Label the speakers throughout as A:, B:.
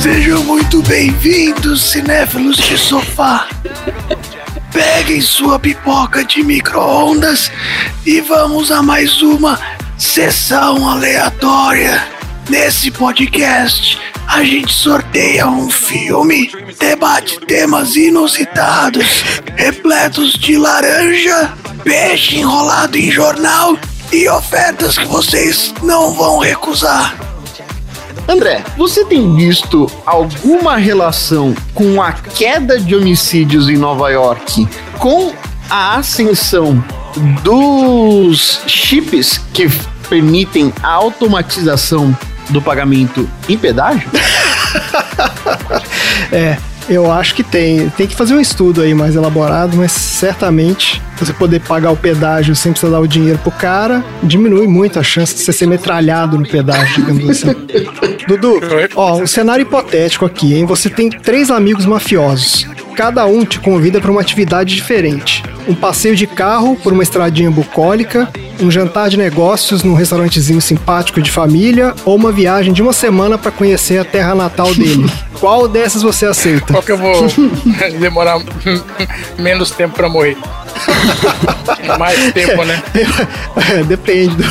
A: Sejam muito bem-vindos, cinéfilos de sofá. Peguem sua pipoca de micro-ondas e vamos a mais uma sessão aleatória. Nesse podcast, a gente sorteia um filme, debate temas inusitados, repletos de laranja, peixe enrolado em jornal e ofertas que vocês não vão recusar.
B: André, você tem visto alguma relação com a queda de homicídios em Nova York com a ascensão dos chips que permitem a automatização do pagamento em pedágio?
C: É, eu acho que tem. Tem que fazer um estudo aí mais elaborado, mas certamente você poder pagar o pedágio sem precisar dar o dinheiro pro cara, diminui muito a chance de você ser metralhado no pedágio, digamos assim. Dudu, ó, um cenário hipotético aqui, hein? Você tem três amigos mafiosos. Cada um te convida para uma atividade diferente. Um passeio de carro por uma estradinha bucólica, um jantar de negócios num restaurantezinho simpático de família ou uma viagem de uma semana para conhecer a terra natal dele. Qual dessas você aceita?
D: Qual que é eu vou demorar menos tempo pra morrer? mais tempo, né?
C: É, depende, do,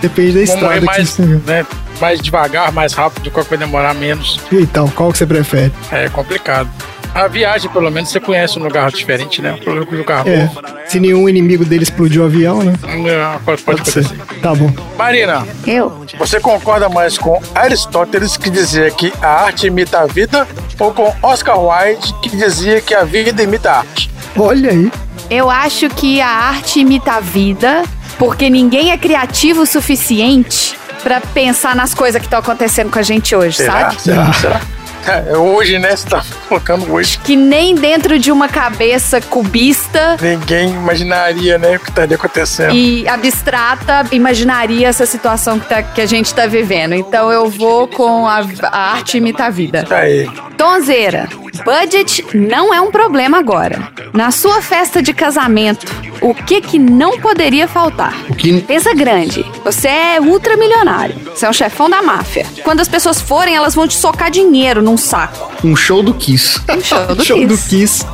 C: depende da
D: Vou
C: estrada.
D: morrer
C: que
D: mais,
C: você pegou.
D: né, mais devagar, mais rápido, qual que vai demorar menos.
C: Então, qual que você prefere?
D: É complicado. A viagem, pelo menos, você conhece um lugar diferente, né? Pelo menos um lugar
C: É,
D: bom.
C: se nenhum inimigo dele explodiu o avião, né?
D: Não, Pode, pode acontecer.
C: Tá bom.
D: Marina,
E: Eu?
D: você concorda mais com Aristóteles, que dizia que a arte imita a vida, ou com Oscar Wilde, que dizia que a vida imita a arte?
C: Olha aí.
E: Eu acho que a arte imita a vida, porque ninguém é criativo o suficiente pra pensar nas coisas que estão acontecendo com a gente hoje,
D: Será?
E: sabe?
D: Será? Será? É, hoje, né? Você tá colocando hoje.
E: Que nem dentro de uma cabeça cubista
D: Ninguém imaginaria, né, o que estaria acontecendo.
E: e abstrata imaginaria essa situação que, tá- que a gente tá vivendo. Então eu vou com a, a arte imita a vida.
D: Tá aí.
E: Tonzeira, budget não é um problema agora. Na sua festa de casamento, o que que não poderia faltar?
B: O que
E: Pensa grande. Você é ultramilionário. Você é um chefão da máfia. Quando as pessoas forem, elas vão te socar dinheiro num saco.
B: um show do Kiss.
E: Um show do
C: Show
E: Kiss.
C: do Kiss.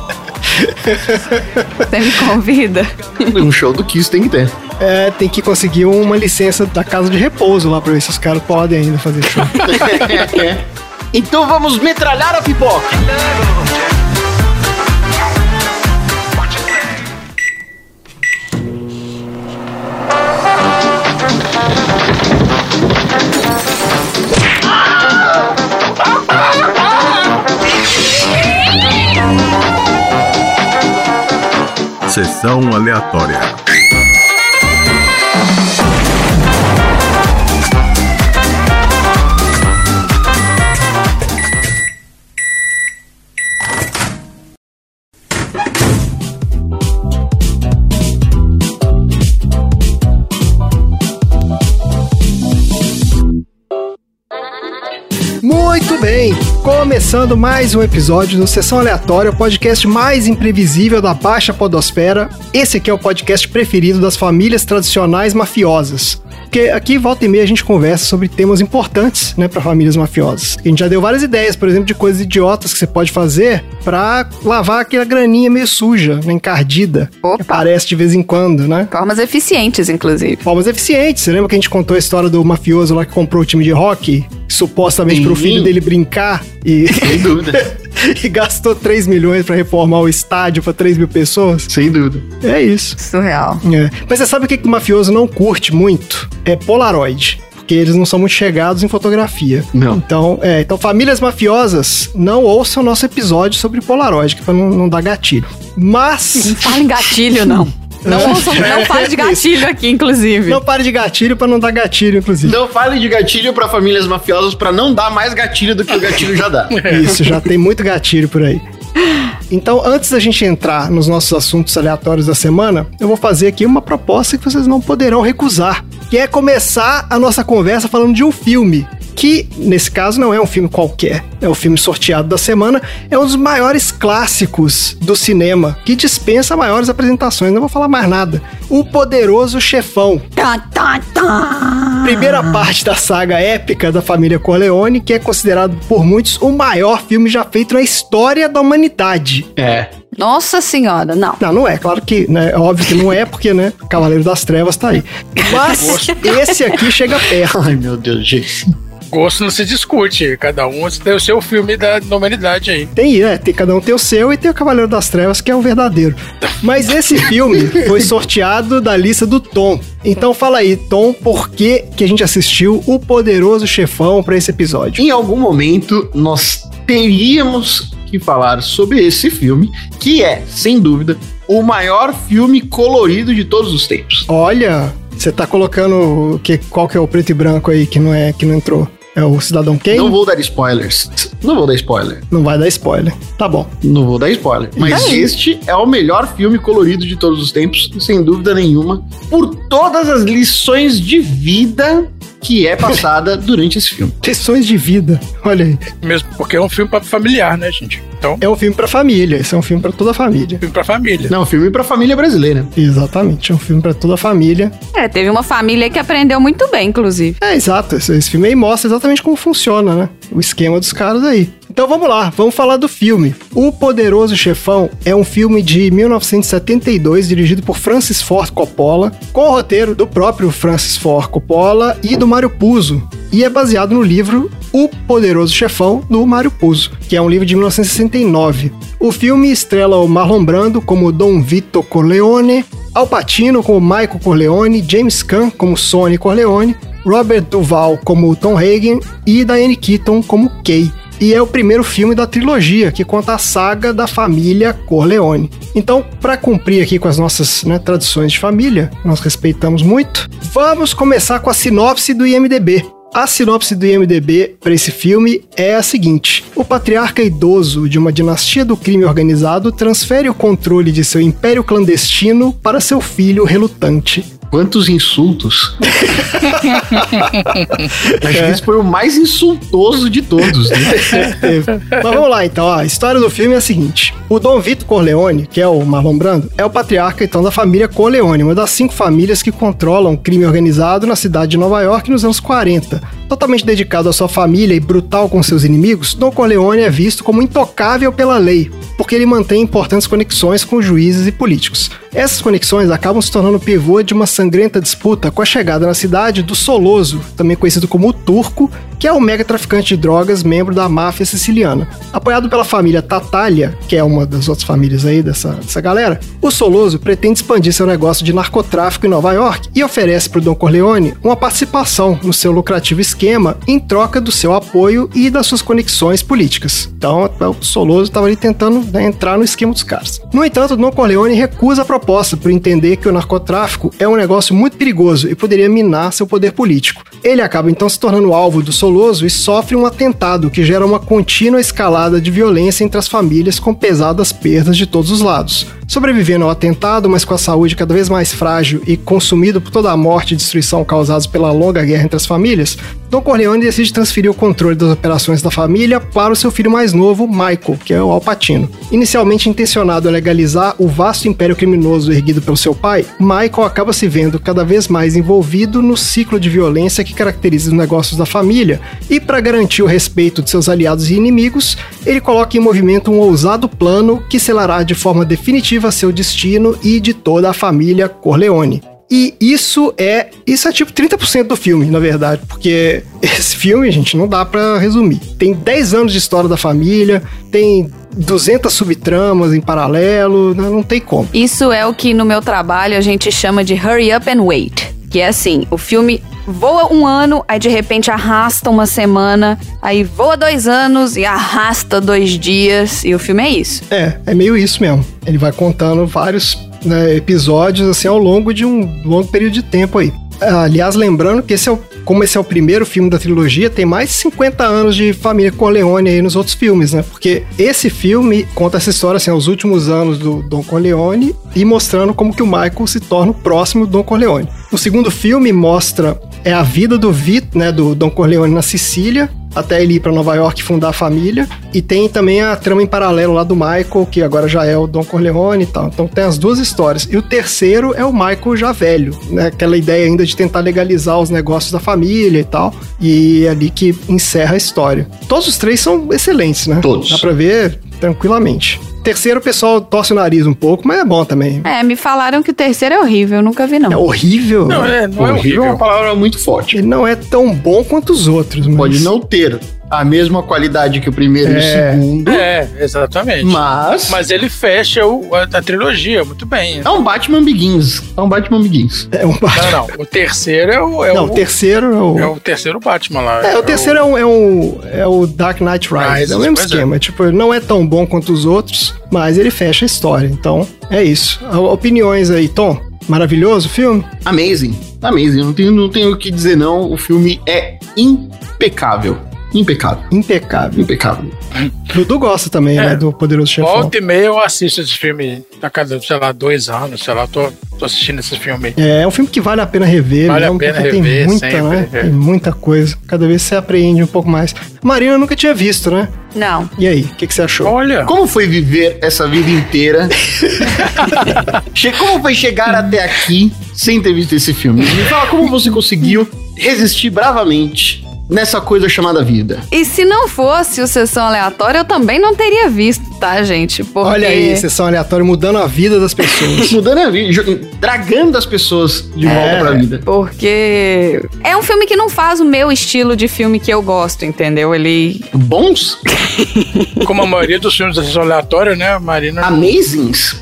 E: Você me convida.
B: um show do Kiss tem que ter.
C: É, tem que conseguir uma licença da casa de repouso lá pra ver se os caras podem ainda fazer show.
B: então vamos metralhar a pipoca.
F: Sessão aleatória.
C: Muito bem, começando mais um episódio do Sessão Aleatória, o podcast mais imprevisível da Baixa Podosfera. Esse aqui é o podcast preferido das famílias tradicionais mafiosas. Porque aqui, volta e meia, a gente conversa sobre temas importantes, né, para famílias mafiosas. A gente já deu várias ideias, por exemplo, de coisas idiotas que você pode fazer pra lavar aquela graninha meio suja, né, encardida, que
E: Opa.
C: aparece de vez em quando, né?
E: Formas eficientes, inclusive.
C: formas eficientes. Você lembra que a gente contou a história do mafioso lá que comprou o time de hockey? Supostamente
B: Sim.
C: pro filho dele brincar e,
B: Sem dúvida,
C: e gastou 3 milhões pra reformar o estádio pra 3 mil pessoas?
B: sem dúvida.
C: É isso.
E: Surreal.
C: É. Mas você sabe o que, que o mafioso não curte muito? É Polaroid. Porque eles não são muito chegados em fotografia.
B: Não.
C: Então, é, então famílias mafiosas, não ouçam nosso episódio sobre Polaroid, que é pra não, não dar gatilho. Mas.
E: Não fala em gatilho, não. Não, ouçam- não fale de gatilho aqui, inclusive.
C: É Não pare de gatilho pra não dar gatilho, inclusive.
B: Então fale de gatilho pra famílias mafiosas pra não dar mais gatilho do que o gatilho já dá.
C: Isso, já tem muito gatilho por aí. Então, antes da gente entrar nos nossos assuntos aleatórios da semana, eu vou fazer aqui uma proposta que vocês não poderão recusar, que é começar a nossa conversa falando de um filme, que nesse caso não é um filme qualquer, é o filme sorteado da semana, é um dos maiores clássicos do cinema, que dispensa maiores apresentações, não vou falar mais nada. O Poderoso Chefão,
E: Tá, tá, tá.
C: Primeira parte da saga épica da família Corleone, que é considerado por muitos o maior filme já feito na história da humanidade.
B: É.
E: Nossa senhora, não.
C: Não, não é, claro que, né? é Óbvio que não é, porque, né? Cavaleiro das Trevas tá aí. Mas esse aqui chega perto.
B: Ai, meu Deus, gente.
D: Gosto não se discute. Cada um tem o seu filme da humanidade aí.
C: Tem, né? Tem, cada um tem o seu e tem o Cavaleiro das Trevas, que é o verdadeiro. Mas esse filme foi sorteado da lista do Tom. Então fala aí, Tom, por que, que a gente assistiu O Poderoso Chefão pra esse episódio?
B: Em algum momento, nós teríamos que falar sobre esse filme, que é, sem dúvida, o maior filme colorido de todos os tempos.
C: Olha, você tá colocando o que, qual que é o preto e branco aí que não é que não entrou? É o Cidadão Kane?
B: Não vou dar spoilers. Não vou dar spoiler.
C: Não vai dar spoiler. Tá bom.
B: Não vou dar spoiler. Mas
E: Daí?
B: este é o melhor filme colorido de todos os tempos, sem dúvida nenhuma, por todas as lições de vida que é passada durante esse filme.
C: Lições de vida. Olha aí.
D: Mesmo porque é um filme pra familiar, né, gente? Então,
C: É um filme pra família. Esse é um filme pra toda a família.
D: filme pra família.
B: Não, um filme pra família brasileira.
C: Exatamente. É um filme pra toda a família.
E: É, teve uma família que aprendeu muito bem, inclusive.
C: É, exato. Esse, esse filme aí mostra exatamente como funciona, né? O esquema dos caras aí. Então vamos lá, vamos falar do filme. O Poderoso Chefão é um filme de 1972, dirigido por Francis Ford Coppola, com o roteiro do próprio Francis Ford Coppola e do Mário Puzo. E é baseado no livro O Poderoso Chefão, do Mário Puzo, que é um livro de 1969. O filme estrela o Marlon Brando como Dom Vito Corleone, Al Pacino como Michael Corleone, James Caan como Sonny Corleone, Robert Duval como Tom Hagen e Diane Keaton como Kay. E é o primeiro filme da trilogia que conta a saga da família Corleone. Então, para cumprir aqui com as nossas né, tradições de família, nós respeitamos muito, vamos começar com a sinopse do IMDb. A sinopse do IMDB para esse filme é a seguinte: O patriarca idoso de uma dinastia do crime organizado transfere o controle de seu império clandestino para seu filho relutante.
B: Quantos insultos. Acho que esse foi o mais insultoso de todos, né?
C: Teve. É, Mas vamos lá então, ó. a história do filme é a seguinte: o Dom Vito Corleone, que é o Marlon Brando, é o patriarca então da família Corleone, uma das cinco famílias que controlam o crime organizado na cidade de Nova York nos anos 40. Totalmente dedicado à sua família e brutal com seus inimigos, Dom Corleone é visto como intocável pela lei, porque ele mantém importantes conexões com juízes e políticos. Essas conexões acabam se tornando o pivô de uma sangrenta disputa com a chegada na cidade do Soloso, também conhecido como o Turco, que é um mega traficante de drogas, membro da máfia siciliana. Apoiado pela família Tatália, que é uma das outras famílias aí dessa, dessa galera, o Soloso pretende expandir seu negócio de narcotráfico em Nova York e oferece para o Don Corleone uma participação no seu lucrativo esquema em troca do seu apoio e das suas conexões políticas. Então, o Soloso estava ali tentando né, entrar no esquema dos caras. No entanto, Don Corleone recusa a proposta por entender que o narcotráfico é um negócio muito perigoso e poderia minar seu poder político. Ele acaba então se tornando alvo do Soloso e sofre um atentado que gera uma contínua escalada de violência entre as famílias com pesadas perdas de todos os lados. Sobrevivendo ao atentado, mas com a saúde cada vez mais frágil e consumido por toda a morte e destruição causadas pela longa guerra entre as famílias, Don Corleone decide transferir o controle das operações da família para o seu filho mais novo, Michael, que é o Al Pacino. Inicialmente intencionado a legalizar o vasto império criminoso erguido pelo seu pai, Michael acaba se vendo cada vez mais envolvido no ciclo de violência que caracteriza os negócios da família, e para garantir o respeito de seus aliados e inimigos, ele coloca em movimento um ousado plano que selará de forma definitiva seu destino e de toda a família Corleone. E isso é. Isso é tipo 30% do filme, na verdade. Porque esse filme, gente, não dá pra resumir. Tem 10 anos de história da família, tem 200 subtramas em paralelo, né, não tem como.
E: Isso é o que no meu trabalho a gente chama de Hurry Up and Wait. Que é assim, o filme voa um ano, aí de repente arrasta uma semana, aí voa dois anos e arrasta dois dias. E o filme é isso.
C: É, é meio isso mesmo. Ele vai contando vários né, episódios assim ao longo de um longo período de tempo aí. Aliás, lembrando que esse é o, como esse é o primeiro filme da trilogia, tem mais de 50 anos de família Corleone aí nos outros filmes, né? Porque esse filme conta essa história assim, aos últimos anos do Don Corleone e mostrando como que o Michael se torna o próximo Don Corleone. O segundo filme mostra é a vida do Vito, né, do Don Corleone na Sicília, até ele ir para Nova York fundar a família. E tem também a trama em paralelo lá do Michael, que agora já é o Don Corleone e tal. Então tem as duas histórias. E o terceiro é o Michael já velho, né? Aquela ideia ainda de tentar legalizar os negócios da família e tal. E é ali que encerra a história. Todos os três são excelentes, né?
B: Todos.
C: Dá pra ver tranquilamente. Terceiro, o pessoal torce o nariz um pouco, mas é bom também.
E: É, me falaram que o terceiro é horrível, eu nunca vi não.
C: É horrível.
D: Não, é, não
B: Horrível é
D: é
B: uma
D: horrível.
B: palavra muito forte.
C: Ele não é tão bom quanto os outros, mas...
B: Pode não ter a mesma qualidade que o primeiro e o
C: É.
B: segundo,
D: É, exatamente. Mas,
B: mas,
D: ele fecha o- a, a trilogia, muito bem.
B: é um Batman Begins. É um Batman Begins.
C: É um...
D: Não, não. O terceiro é o. É
C: não,
D: o
C: o terceiro é o...
D: É o terceiro Batman lá.
C: É, o terceiro é, um, é, um, é o Dark Knight Rises.
D: Rises,
C: é o mesmo
D: pois
C: esquema. Tipo, ele não é tão bom quanto os outros, mas ele fecha a história. Então, é isso. O- Opiniões aí, Tom. Maravilhoso o filme?
B: Amazing. Amazing. Não tenho, não tenho o que dizer, não. O filme é impecável. Impecável.
C: Impecável.
B: Impecável.
C: Dudu gosta também, né? Do Poderoso Chefão.
D: É. Volta e meia eu assisto esse filme a cada, sei lá, dois anos, sei lá, tô, tô assistindo esse filme.
C: É, é um filme que vale a pena rever, né,
D: Vale a
C: mesmo,
D: pena
C: porque tem
D: rever,
C: muita,
D: sempre,
C: né?
D: é.
C: Tem muita coisa. Cada vez você apreende um pouco mais. Marina eu nunca tinha visto, né?
E: Não.
C: E aí, o que, que você achou?
D: Olha,
B: Como foi viver essa vida inteira? Che- como foi chegar até aqui sem ter visto esse filme? Me fala como você conseguiu resistir bravamente nessa coisa chamada vida.
E: E se não fosse o Sessão Aleatória, eu também não teria visto, tá, gente? Porque...
C: Olha aí, sessão aleatória mudando a vida das pessoas.
B: Mudando a vida, jo- dragando as pessoas de volta
C: É.
B: pra vida.
E: Porque é um filme que não faz o meu estilo de filme que eu gosto, entendeu? Ele.
B: Bons?
D: como a maioria dos filmes da sessão aleatória, né, Marina?
C: Ah,
B: Amazings?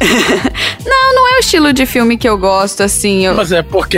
E: Não, não é o estilo de filme que eu gosto, assim. eu-
D: Mas é porque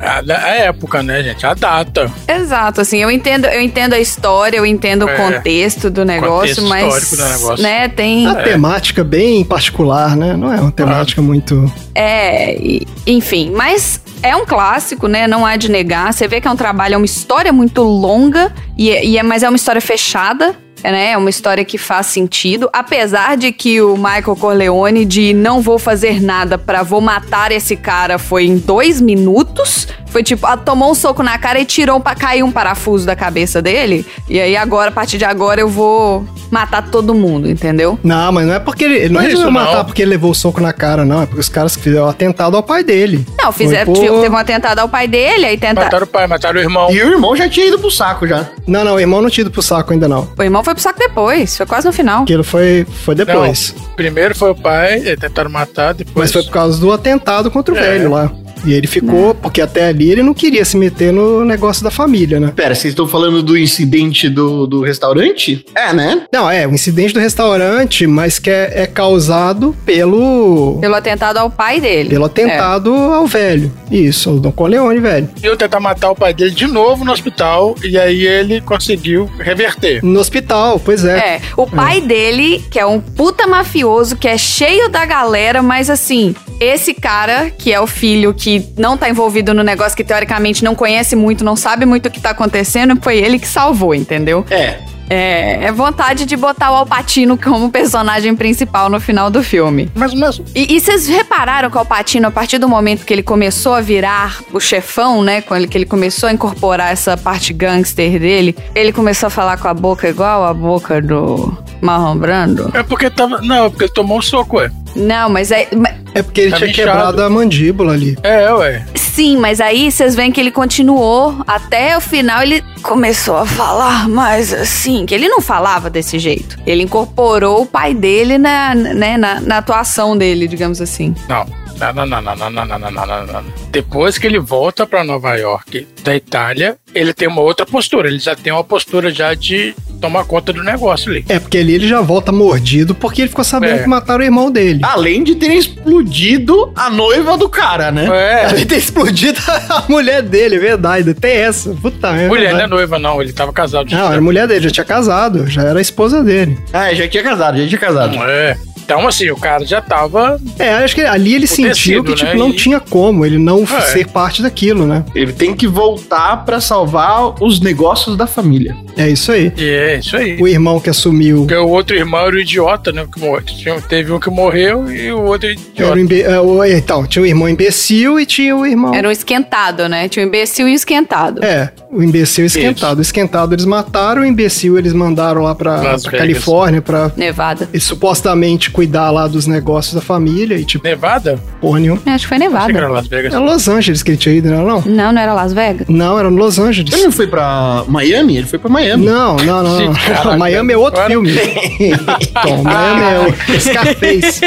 D: a, a época, né, gente? A data.
E: Exato, assim, eu entendo, eu entendo a história, eu entendo o
D: É.
E: contexto do negócio,
D: Contexto
E: mas.
D: histórico do negócio.
E: Né, tem.
D: É.
C: Uma temática bem particular, né? Não é uma
D: Ah.
C: temática muito.
E: É, e- enfim, mas é um clássico, né? Não há de negar. Você vê que é um trabalho, é uma história muito longa, e é, e é- mas é uma história fechada. Né? É uma história que faz sentido, apesar de que o Michael Corleone de não vou fazer nada pra vou matar esse cara foi em dois minutos. Foi tipo, ah, tomou um soco na cara e tirou para cair um parafuso da cabeça dele. E aí agora, a partir de agora, eu vou matar todo mundo, entendeu?
C: Não, mas não é porque ele. ele Não
D: Não
C: é
D: é isso,
C: matar
D: não.
C: porque ele levou o soco na cara, não. É porque os caras que fizeram o atentado ao pai dele.
E: Não, fizeram,
C: Foi, pô.
E: teve um atentado ao pai dele, aí tentaram.
D: Mataram o pai, mataram o irmão.
B: E o irmão já tinha ido pro saco já.
C: Não, não, o irmão não tinha ido pro saco ainda, não.
E: O irmão foi pro saco depois, foi quase no final.
C: Aquilo foi, foi depois.
D: né? Primeiro foi o pai, e tentaram matar,
C: Mas
D: depois.
C: foi por causa do atentado contra o
D: É.
C: velho lá. E ele ficou,
E: Né.
C: porque até ali ele não queria se meter no negócio da família, né?
B: Pera, vocês estão falando do incidente do, do restaurante? É, né?
C: Não, é, o incidente do restaurante, mas que é, é causado pelo.
E: Pelo atentado ao pai dele.
C: Pelo atentado
E: É.
C: ao velho. Isso, ao Don Corleone, velho.
D: E eu tentar matar o pai dele de novo no hospital, e aí ele conseguiu reverter.
C: No hospital, pois é.
E: É, o pai dele, que é um puta mafioso, que é cheio da galera, mas assim, esse cara, que é o filho que não tá envolvido no negócio, que teoricamente não conhece muito, não sabe muito o que tá acontecendo, foi ele que salvou, entendeu?
B: É.
E: É, é vontade de botar o Alpatino como personagem principal no final do filme.
D: Mas, mas
E: E e vocês repararam que o Alpatino, a partir do momento que ele começou a virar o chefão, né? Quando ele, que ele começou a incorporar essa parte gangster dele, ele começou a falar com a boca igual a boca do Marlon Brando?
D: é porque tava. Não, é porque ele tomou um soco, ué.
E: Não, mas é. ma-
C: É, porque ele
D: Tá
C: tinha
D: bichado.
C: quebrado a mandíbula ali.
D: É, ué.
E: sim, mas aí vocês veem que ele continuou até o final. Ele começou a falar mais assim, que ele não falava desse jeito. Ele incorporou o pai dele na, né, na, na atuação dele, digamos assim.
D: Não. Não, não, não, não, não, não, não, não, não, não, não. Depois que ele volta pra Nova York, da Itália, ele tem uma outra postura. Ele já tem uma postura já de tomar conta do negócio ali.
C: É, porque ali ele já volta mordido porque ele ficou sabendo
D: É.
C: que mataram o irmão dele.
B: Além de ter explodido a noiva do cara, né?
D: É.
C: Ele ter explodido a mulher dele, é verdade. Tem essa. Puta merda.
D: Mulher não é
C: verdade.
D: noiva, não. é Ele tava casado.
C: Não, era mulher dele, já tinha casado, já era a esposa dele.
B: Ah, já tinha casado, já tinha casado.
D: É. Então, assim, o cara já tava.
C: É, acho que ali ele sentiu
D: tecido,
C: que tipo,
D: né,
C: não
D: e-
C: tinha como ele não
D: É.
C: ser parte daquilo, né?
B: Ele tem que voltar pra salvar os negócios da família.
C: É isso aí.
D: E é isso aí.
C: O irmão que assumiu
D: Porque o outro irmão era o idiota, né? Que morreu. Tinha- Teve um que morreu e o outro
C: era
D: idiota.
C: o imbe... é, o- então, tinha o irmão imbecil e tinha o irmão.
E: Era um esquentado, né? Tinha um imbecil e um esquentado.
C: É, o imbecil esquentado. O esquentado eles mataram, o imbecil eles mandaram lá pra,
D: Las
C: pra
D: Vegas.
C: Califórnia pra
E: Nevada.
C: e, supostamente cuidar lá dos negócios da família e tipo,
D: Nevada?
C: porra nenhuma.
E: Acho que foi
D: Achei que
E: Nevada.
D: era Las Vegas.
C: Era Los Angeles que ele tinha ido, não era não?
E: Não, não era Las Vegas?
C: Não, era no Los Angeles.
B: Ele não foi pra Miami? Ele foi pra Miami.
C: Não, não, não.
D: Sim,
C: não.
D: caraca.
C: Miami é outro
D: Agora-
C: filme. Tom, Miami é outro. Scarface.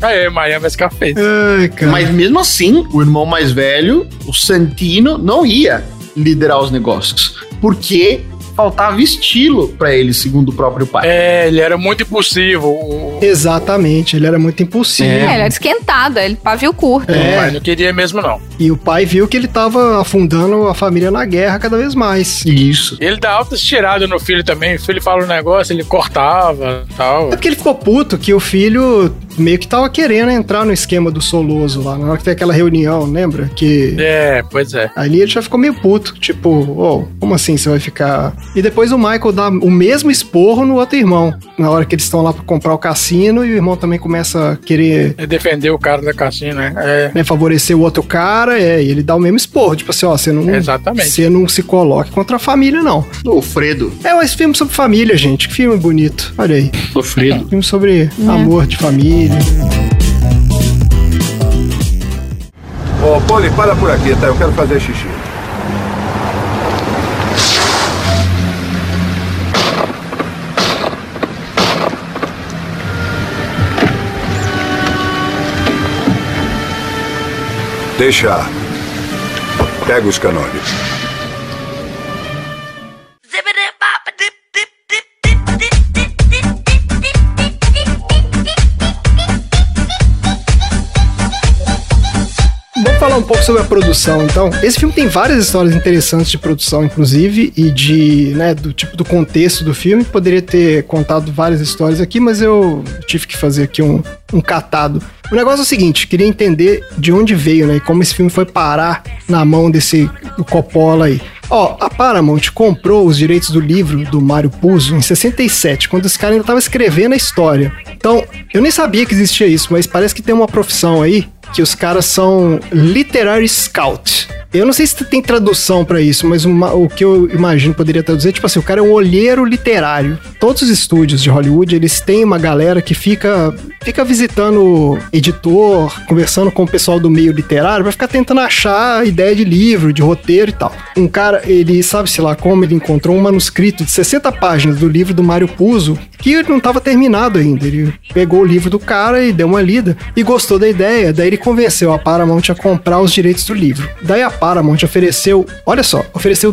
D: Ah, é, Miami Scarface.
C: Ai, cara.
B: Mas mesmo assim, o irmão mais velho, o Santino, não ia liderar os negócios. Porque faltava estilo pra ele, segundo o próprio pai.
D: É, ele era muito impulsivo. O...
C: Exatamente, ele era muito impulsivo.
E: É, ele era esquentado, ele pavio curto.
C: É.
D: Mas não queria mesmo, não.
C: E o pai viu que ele tava afundando a família na guerra cada vez mais.
B: Isso.
D: Ele dá altas tiradas no filho também. O filho fala um negócio, ele cortava tal.
C: É porque ele ficou puto que o filho meio que tava querendo entrar no esquema do Soloso lá, na hora que tem aquela reunião, lembra? Que
D: É, pois é.
C: Ali ele já ficou meio puto, tipo, ô, como assim você vai ficar? E depois o Michael dá o mesmo esporro no outro irmão, na hora que eles estão lá pra comprar o cassino e o irmão também começa a querer
D: Ele defendeu o cara da cassina, né?
C: né, favorecer o outro cara, é, e ele dá o mesmo esporro, tipo assim, ó, você não,
D: É, exatamente.
C: você não se coloque contra a família, não.
B: O Fredo.
C: É, mas filme sobre família, gente, que filme bonito, olha aí,
B: O Fredo.
C: filme sobre amor de família.
G: Ô, Poli, para por aqui, tá? Eu quero fazer xixi. Deixa. Pega os canones.
C: Vamos falar um pouco sobre a produção, então. Esse filme tem várias histórias interessantes de produção, inclusive, e de, né, do tipo do contexto do filme. Poderia ter contado várias histórias aqui, mas eu tive que fazer aqui um, um catado. O negócio é o seguinte, queria entender de onde veio, né, e como esse filme foi parar na mão desse do Coppola aí. Ó, a Paramount comprou os direitos do livro do Mário Puzo em 67, quando esse cara ainda tava escrevendo a história. Então, eu nem sabia que existia isso, mas parece que tem uma profissão aí que os caras são literary scout. Eu não sei se tem tradução pra isso, mas uma- o que eu imagino poderia traduzir, tipo assim, o cara é um olheiro literário. Todos os estúdios de Hollywood, eles têm uma galera que fica fica visitando editor, conversando com o pessoal do meio literário, vai ficar tentando achar ideia de livro, de roteiro e tal. Um cara, ele sabe se lá como ele encontrou um manuscrito de 60 páginas do livro do Mário Puzo, que ele não estava terminado ainda. Ele pegou o livro do cara e deu uma lida e gostou da ideia. Daí ele convenceu a Paramount a comprar os direitos do livro. Daí a Paramount ofereceu, olha só, ofereceu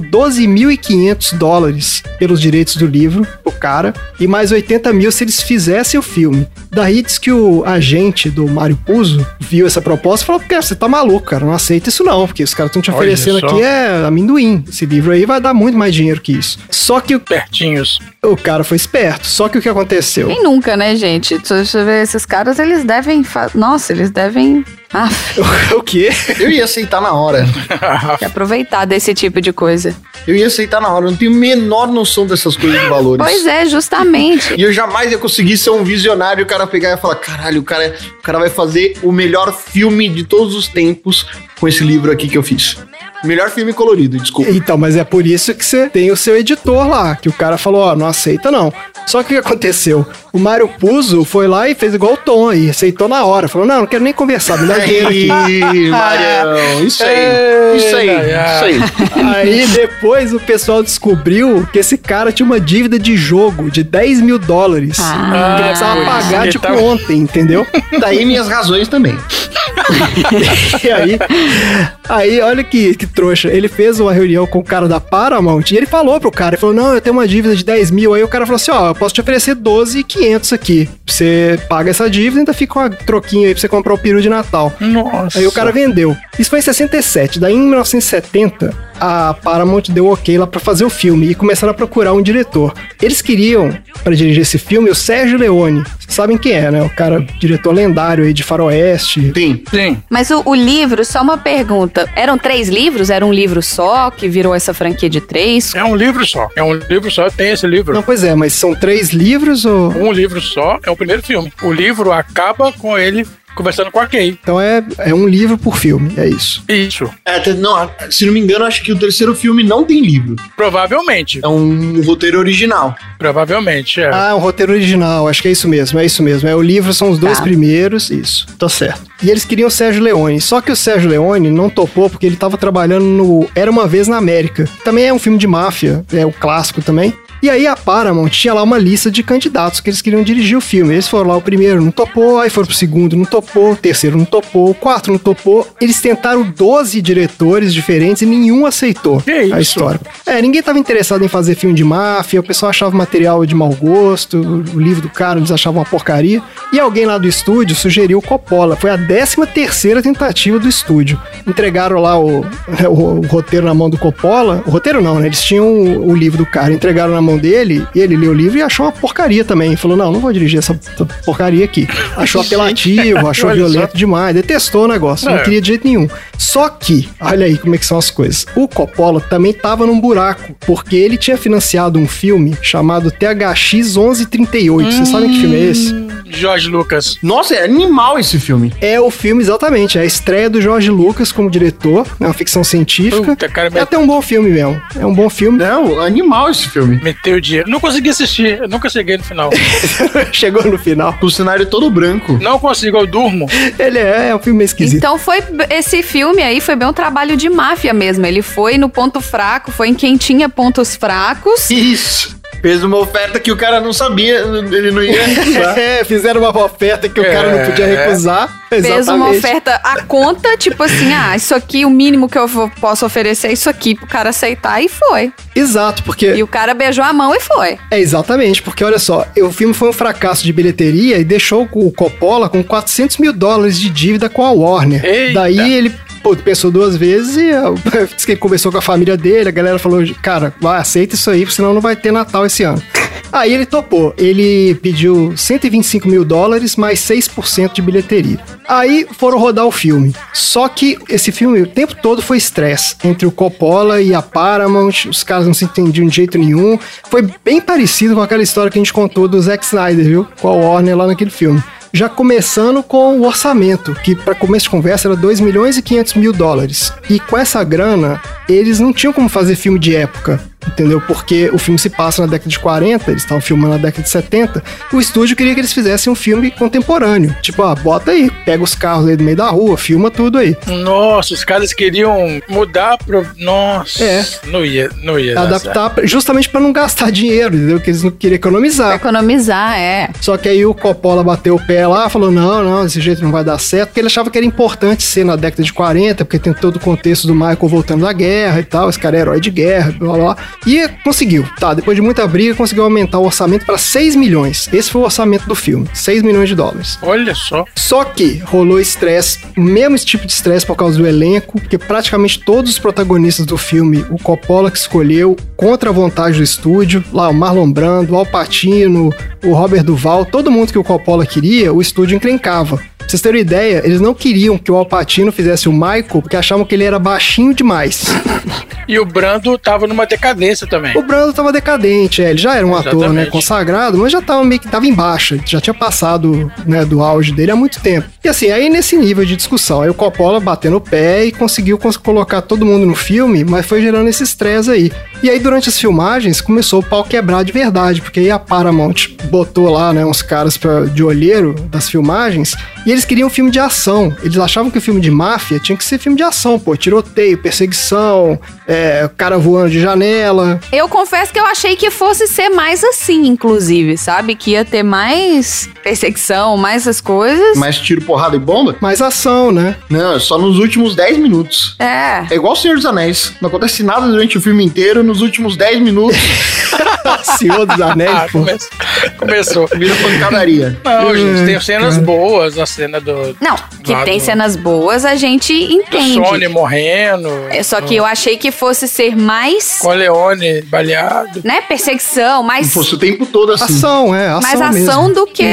C: 12.500 dólares pelos direitos do livro, o cara, e mais 80 mil se eles fizessem o filme. Daí diz que o agente do Mário Puzo viu essa proposta e falou: Cara, você tá maluco, cara, não aceita isso não, porque os caras estão te
D: Olha
C: oferecendo
D: só.
C: aqui é amendoim. Esse livro aí vai dar muito mais dinheiro que isso. Só que o,
D: Pertinhos.
C: o cara foi esperto. Só que o que aconteceu?
E: Quem nunca, né, gente? Se você vê esses caras, eles devem. fa- Nossa, eles devem. Ah,
C: o quê?
B: Eu ia aceitar na hora.
C: Ah.
E: se aproveitar desse tipo de coisa.
B: Eu ia aceitar na hora. Eu não tenho a menor noção dessas coisas de valores.
E: Pois é, justamente.
B: E eu jamais ia conseguir ser um visionário e o cara pegar e falar: caralho, o cara, o cara vai fazer o melhor filme de todos os tempos com esse livro aqui que eu fiz. Melhor filme colorido, desculpa.
C: Então, mas é por isso que você tem o seu editor lá, que o cara falou, ó, não aceita não. Só que o que aconteceu? O Mário Puzo foi lá e fez igual o Tom aí, aceitou na hora. Falou, não, não quero nem conversar,
B: É
C: me dá dinheiro aqui.
B: Ih, Marião, isso aí, isso aí, isso aí.
C: Aí depois o pessoal descobriu que esse cara tinha uma dívida de jogo de 10 mil dólares.
E: Ah,
C: que ele precisava
D: por isso
C: pagar
D: que
C: tipo
D: tava-
C: ontem, entendeu?
B: Daí Tá minhas razões também.
C: E aí, aí olha que, que trouxa. Ele fez uma reunião com o cara da Paramount e ele falou pro cara, ele falou, não, eu tenho uma dívida de 10 mil. Aí o cara falou assim, ó, eu posso te oferecer 12,500 aqui. Você paga essa dívida e ainda fica uma troquinha aí pra você comprar o peru de Natal.
D: Nossa.
C: Aí o cara vendeu. Isso foi em 67. Daí em 1970, a Paramount deu ok lá pra fazer o filme e começaram a procurar um diretor. Eles queriam, pra dirigir esse filme, o Sérgio Leone. Vocês sabem quem é, né? O cara, diretor lendário aí de Faroeste.
B: Sim.
D: Sim.
E: Mas o, o livro, só uma pergunta. Eram três livros? Era um livro só que virou essa franquia de três?
D: É um livro só. É um livro só, tem esse livro.
C: Não, pois é, mas são três livros ou.
D: Um livro só é o primeiro filme. O livro acaba com ele conversando com a Kay.
C: Então é, é um livro por filme, é isso.
D: Isso.
B: É, te- não, se não me engano, acho que o terceiro filme não tem livro.
D: Provavelmente.
B: É um roteiro original.
D: Provavelmente, é.
C: Ah, o roteiro original, acho que é isso mesmo, é isso mesmo. É o livro, são os dois
E: Tá.
C: primeiros, isso, tá certo. E eles queriam o Sérgio Leone, só que o Sérgio Leone não topou porque ele tava trabalhando no Era Uma Vez na América. Também é um filme de máfia, é o clássico também. E aí a Paramount tinha lá uma lista de candidatos que eles queriam dirigir o filme. Eles foram lá o primeiro, não topou, aí foram pro segundo, não topou, o terceiro não topou, o quarto não topou. Eles tentaram 12 diretores diferentes e nenhum aceitou
D: Que isso?
C: a história. É, ninguém tava interessado em fazer filme de máfia, o pessoal achava material de mau gosto, o livro do cara eles achavam uma porcaria. E alguém lá do estúdio sugeriu o Coppola. Foi a 13 terceira tentativa do estúdio. Entregaram lá o, o- o roteiro na mão do Coppola. O roteiro não, né? Eles tinham o, o livro do cara, entregaram na mão dele, e ele leu o livro e achou uma porcaria também. Falou, não, não vou dirigir essa, essa porcaria aqui. Achou apelativo, achou
D: Olha só.
C: violento demais, detestou o negócio, né?
D: É.
C: não queria de jeito nenhum. Só que, olha aí como é que são as coisas. O Coppola também tava num buraco, porque ele tinha financiado um filme chamado THX 1138. Vocês sabem que filme é
D: Hum.
C: esse?
D: Jorge Lucas.
B: Nossa, é animal esse filme.
C: É o filme, exatamente, é a estreia do Jorge Lucas como diretor, é uma ficção científica.
D: Puta, cara,
C: É
D: me-
C: até um bom filme mesmo. É um bom filme.
B: Não, animal esse filme.
D: meteu o dinheiro. Não consegui assistir. Eu nunca cheguei no final.
C: Chegou no final.
B: Com o cenário todo branco.
D: Não consigo, eu durmo.
C: Ele é, é um filme meio esquisito.
E: Então foi esse filme aí foi bem um trabalho de máfia mesmo. Ele foi no ponto fraco, foi em quem tinha pontos fracos.
B: Isso. Fez uma oferta que o cara não sabia, ele não ia recusar.
C: É, fizeram uma oferta que o cara não podia recusar.
E: Fez uma oferta à conta, tipo assim, ah, isso aqui, o mínimo que eu vou- posso oferecer é isso aqui pro cara aceitar, e foi.
C: Exato, porque
E: E o cara beijou a mão e foi.
C: É, exatamente, porque olha só, o filme foi um fracasso de bilheteria e deixou o Coppola com 400 mil dólares de dívida com a Warner.
D: Eita.
C: Daí ele pô, pensou duas vezes e ó, disse que ele conversou com a família dele, a galera falou, cara, vai, aceita isso aí, porque senão não vai ter Natal esse ano. Aí ele topou, ele pediu 125 mil dólares mais 6% de bilheteria. Aí foram rodar o filme. Só que esse filme o tempo todo foi estresse entre o Coppola e a Paramount, os caras não se entendiam de jeito nenhum. Foi bem parecido com aquela história que a gente contou do Zack Snyder, viu? Com a Warner lá naquele filme. Já começando com o orçamento, que para começo de conversa era 2 milhões e 500 mil dólares. E com essa grana, eles não tinham como fazer filme de época entendeu? Porque o filme se passa na década de 40, eles estavam filmando na década de 70, o estúdio queria que eles fizessem um filme contemporâneo. Tipo, ah, bota aí, pega os carros aí do meio da rua, filma tudo aí.
D: Nossa, os caras queriam mudar pro. Nossa.
C: É.
D: Não ia, não ia. dar certo.
C: Adaptar pra- justamente pra não gastar dinheiro, entendeu? Que eles não queriam
E: Pra
C: economizar.
E: economizar, é.
C: Só que aí o Coppola bateu o pé lá, falou: não, não, desse jeito não vai dar certo, porque ele achava que era importante ser na década de 40, porque tem todo o contexto do Michael voltando da guerra e tal, esse cara é herói de guerra, blá blá. blá. E conseguiu, tá? Depois de muita briga, conseguiu aumentar o orçamento para 6 milhões. Esse foi o orçamento do filme: 6 milhões de dólares.
D: Olha só.
C: Só que rolou estresse, o mesmo esse tipo de estresse por causa do elenco, porque praticamente todos os protagonistas do filme, o Coppola que escolheu, contra a vontade do estúdio, lá o Marlon Brando, o Al Pacino, o Robert Duval, todo mundo que o Coppola queria, o estúdio encrencava. Pra vocês terem uma ideia, eles não queriam que o Al Pacino fizesse o Michael, porque achavam que ele era baixinho demais.
D: E o Brando tava numa decadência também.
C: O Brando tava decadente, é, ele já era um ator, né,
D: Exatamente.
C: consagrado, mas já tava meio que tava em baixa, já tinha passado, né, do auge dele há muito tempo. E assim, aí nesse nível de discussão, aí o Coppola batendo o pé e conseguiu cons- colocar todo mundo no filme, mas foi gerando esse estresse aí. E aí durante as filmagens começou o pau quebrar de verdade, porque aí a Paramount botou lá, né, uns caras pra, de olheiro das filmagens, e eles queriam um filme de ação. Eles achavam que o filme de máfia tinha que ser filme de ação, pô, tiroteio, perseguição, é, cara voando de janela,
E: Eu confesso que eu achei que fosse ser mais assim, inclusive, sabe? Que ia ter mais perseguição, mais essas coisas.
B: Mais tiro, porrada e bomba?
C: mais ação, né?
B: Não, é só nos últimos 10 minutos.
E: É.
B: É igual o Senhor dos Anéis. Não acontece nada durante o filme inteiro, nos últimos 10 minutos
C: Senhor dos
D: Ah,
C: Anéis, pô.
D: come- começou.
B: vira pancadaria.
D: Não, gente, tem cenas boas, a cena do.
E: Não, que
D: lá
E: tem
D: do-
E: cenas boas, a gente
D: do
E: entende.
D: Sony morrendo.
E: É, Só que eu
C: Ah.
E: achei que fosse ser mais,
D: Com Leone baleado.
E: né, perseguição, mais,
B: Fosse o tempo todo assim.
C: Ação, é, ação
E: mais
C: mesmo.
E: ação do que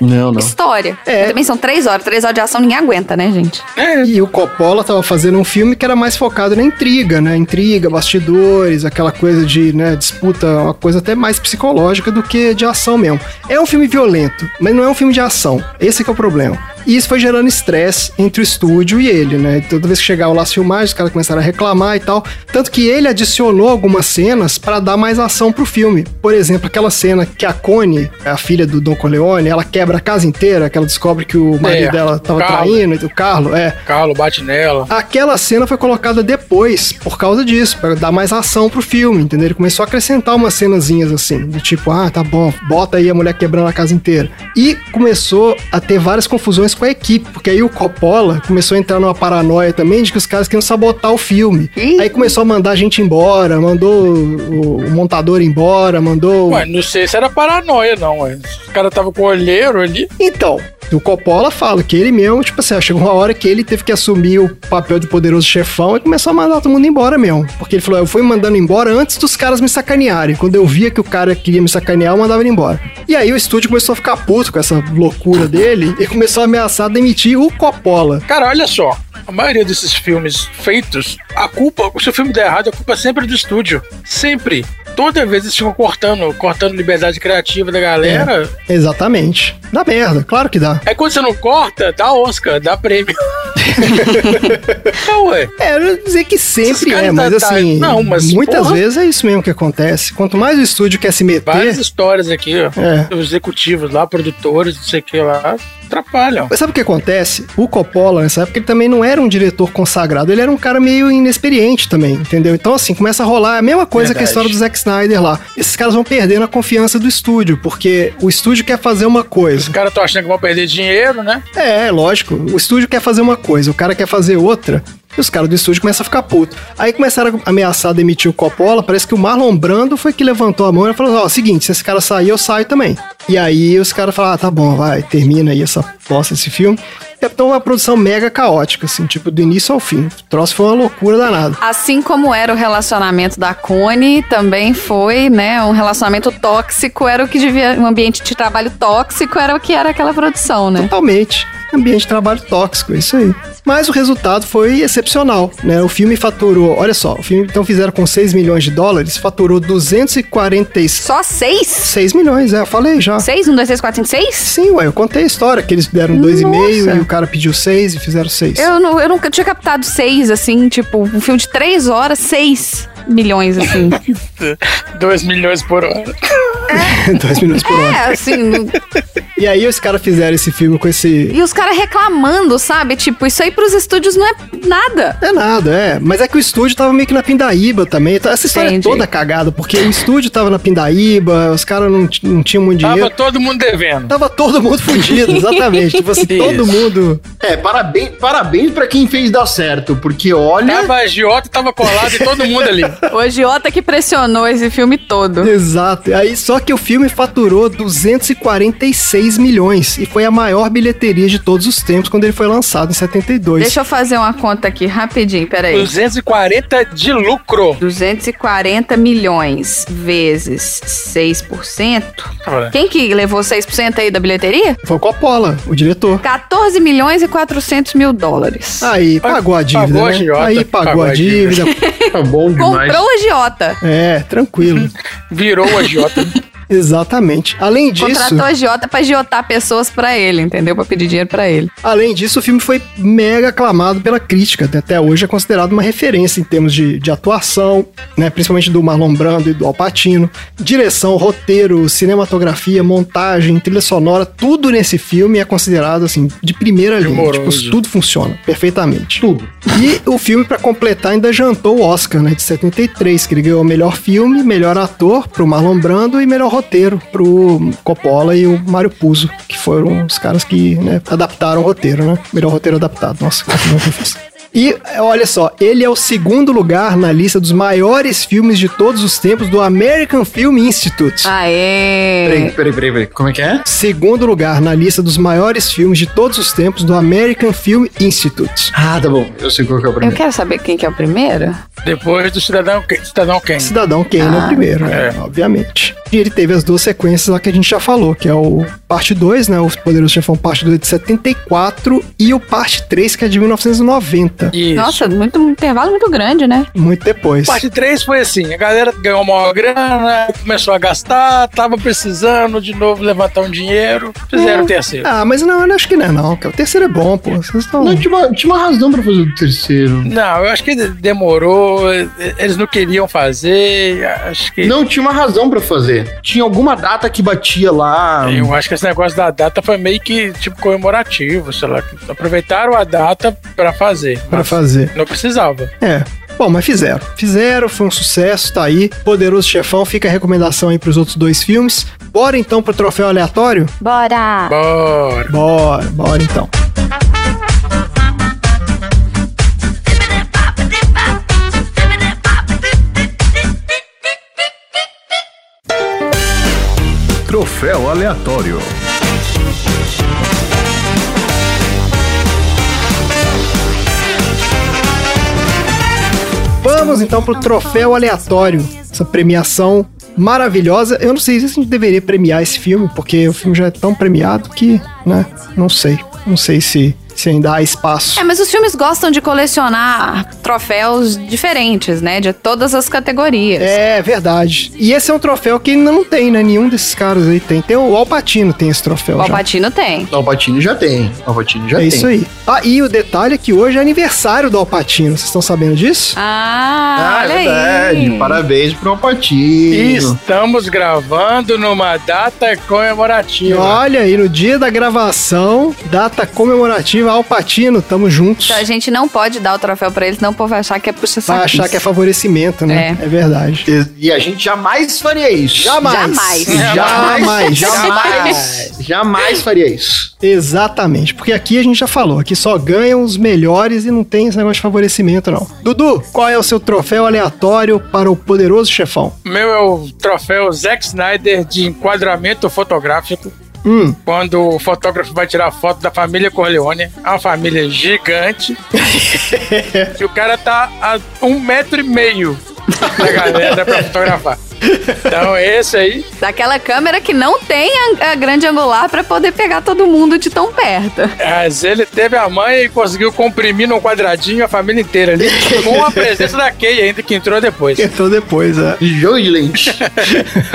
B: Não, não.
E: história.
C: É.
E: Também são três horas. Três horas de ação ninguém aguenta, né, gente?
C: E o Coppola tava fazendo um filme que era mais focado na intriga, né? Intriga, bastidores, aquela coisa de, né, disputa, uma coisa até mais psicológica do que de ação mesmo. É um filme violento, mas não é um filme de ação. Esse que é o problema. E isso foi gerando estresse entre o estúdio e ele, né? Toda vez que chegavam lá as filmagens, os caras começaram a reclamar e tal. Tanto que ele adicionou algumas cenas pra dar mais ação pro filme. Por exemplo, aquela cena que a Connie, a filha do Don Corleone, ela quebra a casa inteira, que ela descobre que o marido
D: É,
C: dela tava
D: Carlos.
C: traindo, o Carlo, é.
D: Carlo bate nela.
C: Aquela cena foi colocada depois, por causa disso, pra dar mais ação pro filme, entendeu? Ele começou a acrescentar umas cenazinhas assim, do tipo, ah, tá bom, bota aí a mulher quebrando a casa inteira. E começou a ter várias confusões com a equipe, porque aí o Coppola começou a entrar numa paranoia também de que os caras queriam sabotar o filme.
E: Ih.
C: Aí começou a mandar a gente embora, mandou o o montador embora, mandou.
D: Ué, não sei se era paranoia, não. Ué. O cara tava com o olheiro ali.
C: Então, o Coppola fala que ele mesmo, tipo assim, ó, chegou uma hora que ele teve que assumir o papel de poderoso chefão e começou a mandar todo mundo embora mesmo. Porque ele falou, eu fui mandando embora antes dos caras me sacanearem. Quando eu via que o cara queria me sacanear, eu mandava ele embora. E aí o estúdio começou a ficar puto com essa loucura dele e começou a ameaçar demitir o Coppola.
D: Cara, olha só. A maioria desses filmes feitos, a culpa, se o filme der errado, a culpa é sempre do estúdio. Sempre. Toda vez eles ficam cortando, cortando liberdade criativa da galera.
C: É. Exatamente. Dá merda, claro que dá.
D: Aí quando você não corta, dá Oscar, dá prêmio. não, ué.
C: É, eu ia dizer que sempre
D: Esses caras
C: é, mas
D: tá- tá-
C: assim,
D: não, mas
C: muitas
D: porra.
C: vezes é isso mesmo que acontece. Quanto mais o estúdio quer se meter,
D: Várias histórias aqui, ó.
C: É.
D: Os executivos lá, produtores, não sei o que lá, atrapalham.
C: Mas sabe o que acontece? O Coppola, nessa época, ele também não era um diretor consagrado, ele era um cara meio inexperiente também, entendeu? Então, assim, começa a rolar a mesma coisa que a
D: Verdade.
C: história do Zack Snyder lá. Esses caras vão perdendo a confiança do estúdio, porque o estúdio quer fazer uma
D: Os
C: coisa.
D: caras estão achando que vão perder dinheiro, né?
C: É, lógico, o estúdio quer fazer uma coisa, o cara quer fazer outra. E os caras do estúdio começam a ficar puto. Aí começaram a ameaçar demitir o Coppola. Parece que o Marlon Brando foi que levantou a mão e falou: Ó, seguinte, se esse cara sair, eu saio também. E aí os caras falaram: ah, tá bom, vai, termina aí essa bosta, esse filme. Então, uma produção mega caótica, assim, tipo, do início ao fim. O troço foi uma loucura danada.
E: Assim como era o relacionamento da Cone, também foi, né, um relacionamento tóxico, era o que devia, um ambiente de trabalho tóxico era o que era aquela produção, né?
C: Totalmente. Ambiente de trabalho tóxico, é isso aí. Mas o resultado foi excepcional, né? O filme faturou, olha só, o filme então fizeram com 6 milhões de dólares, faturou 246
E: Só seis?
C: milhões, é, eu falei já.
E: Seis? Um, dois, três, quatro, cinco, seis?
C: Sim, ué, eu contei a história, que eles deram
E: Nossa.
C: 2,5 e o cara pediu 6 e fizeram 6.
E: Eu, não, eu nunca tinha captado seis, assim, tipo, um filme de três horas, seis milhões, assim.
D: 2 milhões por hora.
C: 2 milhões por hora.
E: é, assim, não-
C: E aí os caras fizeram esse filme com esse
E: e os caras reclamando, sabe? Tipo, isso aí pros estúdios não é nada.
C: É nada, é. Mas é que o estúdio tava meio que na pindaíba também. Então, Essa história
E: Entendi.
C: é toda cagada, porque o estúdio tava na pindaíba, os caras não, t- não tinham muito dinheiro.
D: Tava todo mundo devendo.
C: Tava todo mundo fudido, exatamente. tipo assim, todo
D: Isso.
C: mundo.
B: É, parabéns, parabéns pra quem fez dar certo, porque
C: Tá
B: olha.
D: Tava a Giota, tava colado e todo mundo ali.
E: O agiota que pressionou esse filme todo.
C: Exato. Aí só que o filme faturou 246 milhões e foi a maior bilheteria de todos os tempos quando ele foi lançado em 72.
E: Deixa eu fazer uma conta aqui rapidinho, peraí.
D: 240 de lucro.
E: 240 milhões vezes 6%.
D: Olha.
E: Quem que levou 6% aí da bilheteria?
C: Foi o Coppola, o diretor.
E: 14 milhões e 400 mil dólares.
B: Ah,
C: Aí pagou a dívida,
D: Pagou a
C: né?
D: agiota,
C: Aí pagou, a dívida.
B: Tá bom
E: Comprou a agiota.
C: é, tranquilo.
D: Virou a Giota.
C: Exatamente. Além disso,
E: Contratou a agiota pra agiotar pessoas pra ele, entendeu? Pra pedir dinheiro pra ele.
C: além disso, o filme foi mega aclamado pela crítica. né? Até hoje é considerado uma referência em termos de, de atuação, né? Principalmente do Marlon Brando e do Al Pacino. Direção, roteiro, cinematografia, montagem, trilha sonora, tudo nesse filme é considerado assim de primeira linha.
D: Primoroso.
C: Tipo, tudo funciona perfeitamente. Tudo. E o filme, pra completar, ainda jantou o Oscar, né? De 73, que ele ganhou melhor filme, melhor ator pro Marlon Brando e melhor roteiro pro Coppola e o Mário Puzo, que foram os caras que né, adaptaram o roteiro, né? Melhor roteiro adaptado. Nossa, que confusão que eu fiz. E olha só, ele é o segundo lugar na lista dos maiores filmes de todos os tempos do American Film Institute.
E: Aê!
B: Peraí, peraí, peraí, peraí. Como é que é?
C: Segundo lugar na lista dos maiores filmes de todos os tempos do American Film Institute.
B: Ah, tá bom. Eu sei qual que é o
E: Eu
B: primeiro.
E: quero saber quem que é o primeiro.
D: Depois do Cidadão, Ke- Cidadão Kane.
C: Cidadão Kane é
E: Ah,
C: o primeiro, né? obviamente. E ele teve as duas sequências lá que a gente já falou, que é o parte 2, né? O Poderoso Chefão parte 2 de 74 e o parte 3, que é de 1990.
D: Isso.
E: Nossa, muito, um intervalo muito grande, né?
C: Muito depois.
D: Parte 3 foi assim, a galera ganhou uma grana, começou a gastar, tava precisando de novo levantar um dinheiro, fizeram o terceiro.
C: Ah, mas não, eu acho que não é não, cara. O terceiro é bom, pô. Vocês estão...
B: Não, tinha uma, tinha uma razão pra fazer o terceiro.
D: Não, eu acho que de- demorou, e- eles não queriam fazer, acho que...
B: Não, tinha uma razão pra fazer. Tinha alguma data que batia lá.
D: Eu acho que esse negócio da data foi meio que tipo comemorativo, sei lá. que Aproveitaram a data pra fazer.
C: Pra
D: mas
C: fazer.
D: Não precisava.
C: É. Bom, mas fizeram. Fizeram, foi um sucesso, tá aí. Poderoso Chefão, fica a recomendação aí pros outros dois filmes. Bora então pro troféu aleatório?
E: Bora!
D: Bora.
C: Bora, bora então.
F: Troféu aleatório.
C: Vamos então pro troféu aleatório. Essa premiação maravilhosa. Eu não sei se a gente deveria premiar esse filme, porque o filme já é tão premiado que, né? Não sei. Não sei se, se ainda há espaço.
E: É, mas os filmes gostam de colecionar troféus diferentes, né? De todas as categorias.
C: É verdade. E esse é um troféu que ainda não tem, né? Nenhum desses caras aí tem. Tem o Alpatino tem esse troféu.
E: o
C: já.
E: Alpatino tem.
B: Alpatine já tem. Alpatine já
C: É
B: tem.
C: isso aí. Ah, e o detalhe é que hoje é aniversário do Alpatino. Vocês estão sabendo disso?
E: Ah,
B: Ah, é
E: olha
B: verdade.
E: aí.
B: Parabéns pro Alpatine.
D: Estamos gravando numa data
C: E
D: comemorativa.
C: olha aí, no dia da gravação, data comemorativa, Alpatino, tamo juntos.
E: Então a gente não pode dar o troféu pra eles, não o povo vai achar que é puxa
C: Vai
E: saco.
C: achar que é favorecimento, né? É, verdade.
B: E, e a gente jamais faria isso.
E: Jamais.
C: Jamais.
B: Jamais. Jamais. Jamais faria isso.
C: Exatamente. Porque aqui a gente já falou, aqui só ganham os melhores e não tem esse negócio de favorecimento, não. Dudu, qual é o seu troféu aleatório para o poderoso chefão?
D: Meu é o troféu Zack Snyder de enquadramento fotográfico.
C: Hum.
D: Quando o fotógrafo vai tirar foto da família Corleone, é uma família gigante. e o cara tá a um metro e meio da galera pra fotografar. Então esse aí
E: Daquela câmera que não tem a, a grande angular pra poder pegar todo mundo de tão perto.
D: Mas ele teve a mãe e conseguiu comprimir num quadradinho a família inteira ali, com a presença da Kay ainda, que entrou depois.
C: Então depois, é.
B: Jogo de lente.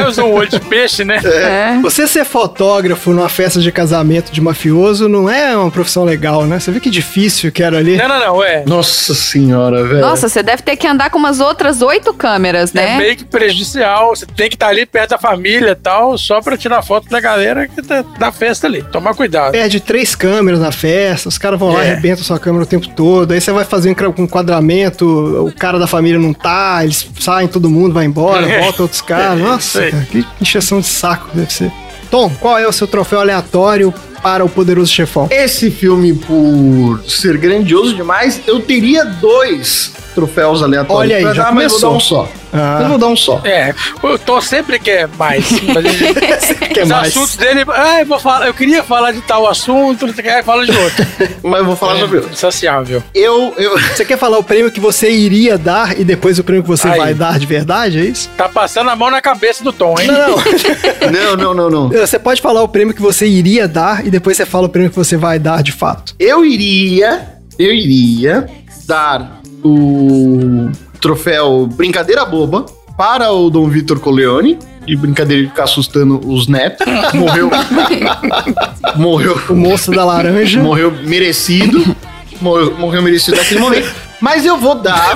D: Usou um olho de peixe, né?
E: É.
C: Você ser fotógrafo numa festa de casamento de mafioso não é uma profissão legal, né? Você viu que difícil que era ali.
D: Não, não, não, é.
B: Nossa senhora, velho.
E: Nossa, você deve ter que andar com umas outras oito câmeras,
D: É
E: né?
D: meio que prejudicial. Você tem que estar ali perto da família e tal, só pra tirar foto da galera que tá da festa ali. Tomar cuidado.
C: Perde três câmeras na festa, os caras vão lá,
D: É.
C: arrebentam sua câmera o tempo todo. Aí você vai fazer um cra- um enquadramento, o cara da família não tá, eles saem todo mundo, vai embora,
D: É.
C: volta outros caras. Nossa,
D: Sei.
C: cara, que encheção de saco deve ser. Tom, qual é o seu troféu aleatório para o poderoso chefão?
B: Esse filme, por ser grandioso demais, eu teria dois troféus aleatórios.
C: Olha aí,
B: pra
C: já
B: dar, mas eu vou dar um
C: começou.
B: só.
C: Ah.
B: Eu vou dar um só.
D: É, o Tom sempre quer mais. Mas ele-
C: Quer
D: os assuntos dele. Ah, eu, vou falar, eu queria falar de tal assunto, não sei o que, aí fala de outro.
B: Mas eu vou falar sobre outro.
D: Insaciável.
B: É. Eu, eu,
C: Você quer falar o prêmio que você iria dar e depois o prêmio que você
D: Aí.
C: vai dar de verdade, é isso?
D: Tá passando a mão na cabeça do Tom, hein?
C: Não,
B: não,
C: não.
B: não, não, não.
C: Você pode falar o prêmio que você iria dar e depois você fala o prêmio que você vai dar de fato.
B: Eu iria, eu iria dar o troféu Brincadeira Boba para o Dom Vitor Coleone, de brincadeira de ficar assustando os netos. Morreu. morreu.
C: O moço da laranja.
B: Morreu merecido. Morreu, morreu merecido naquele momento. Mas eu vou dar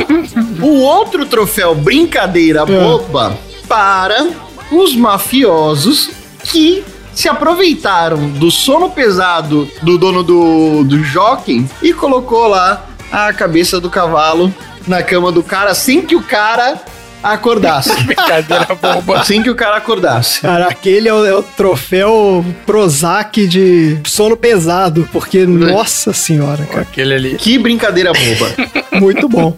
B: o outro troféu Brincadeira Boba para os mafiosos que se aproveitaram do sono pesado do dono do, do jockey e colocou lá a cabeça do cavalo na cama do cara sem que o cara acordasse.
D: Brincadeira boba.
B: Assim que o cara acordasse.
C: Cara, aquele é o, é o troféu Prozac de sono pesado, porque, nossa senhora, cara,
D: Aquele ali.
B: Que brincadeira boba.
C: muito bom.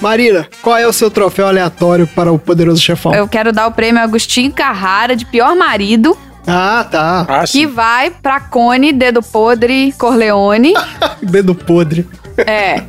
C: Marina, qual é o seu troféu aleatório para o poderoso chefão?
E: Eu quero dar o prêmio Agostinho Carrara de pior marido,
C: Ah, tá.
D: Ah,
E: que
D: sim.
E: vai pra Cone, Dedo Podre, Corleone.
C: Dedo podre.
E: É.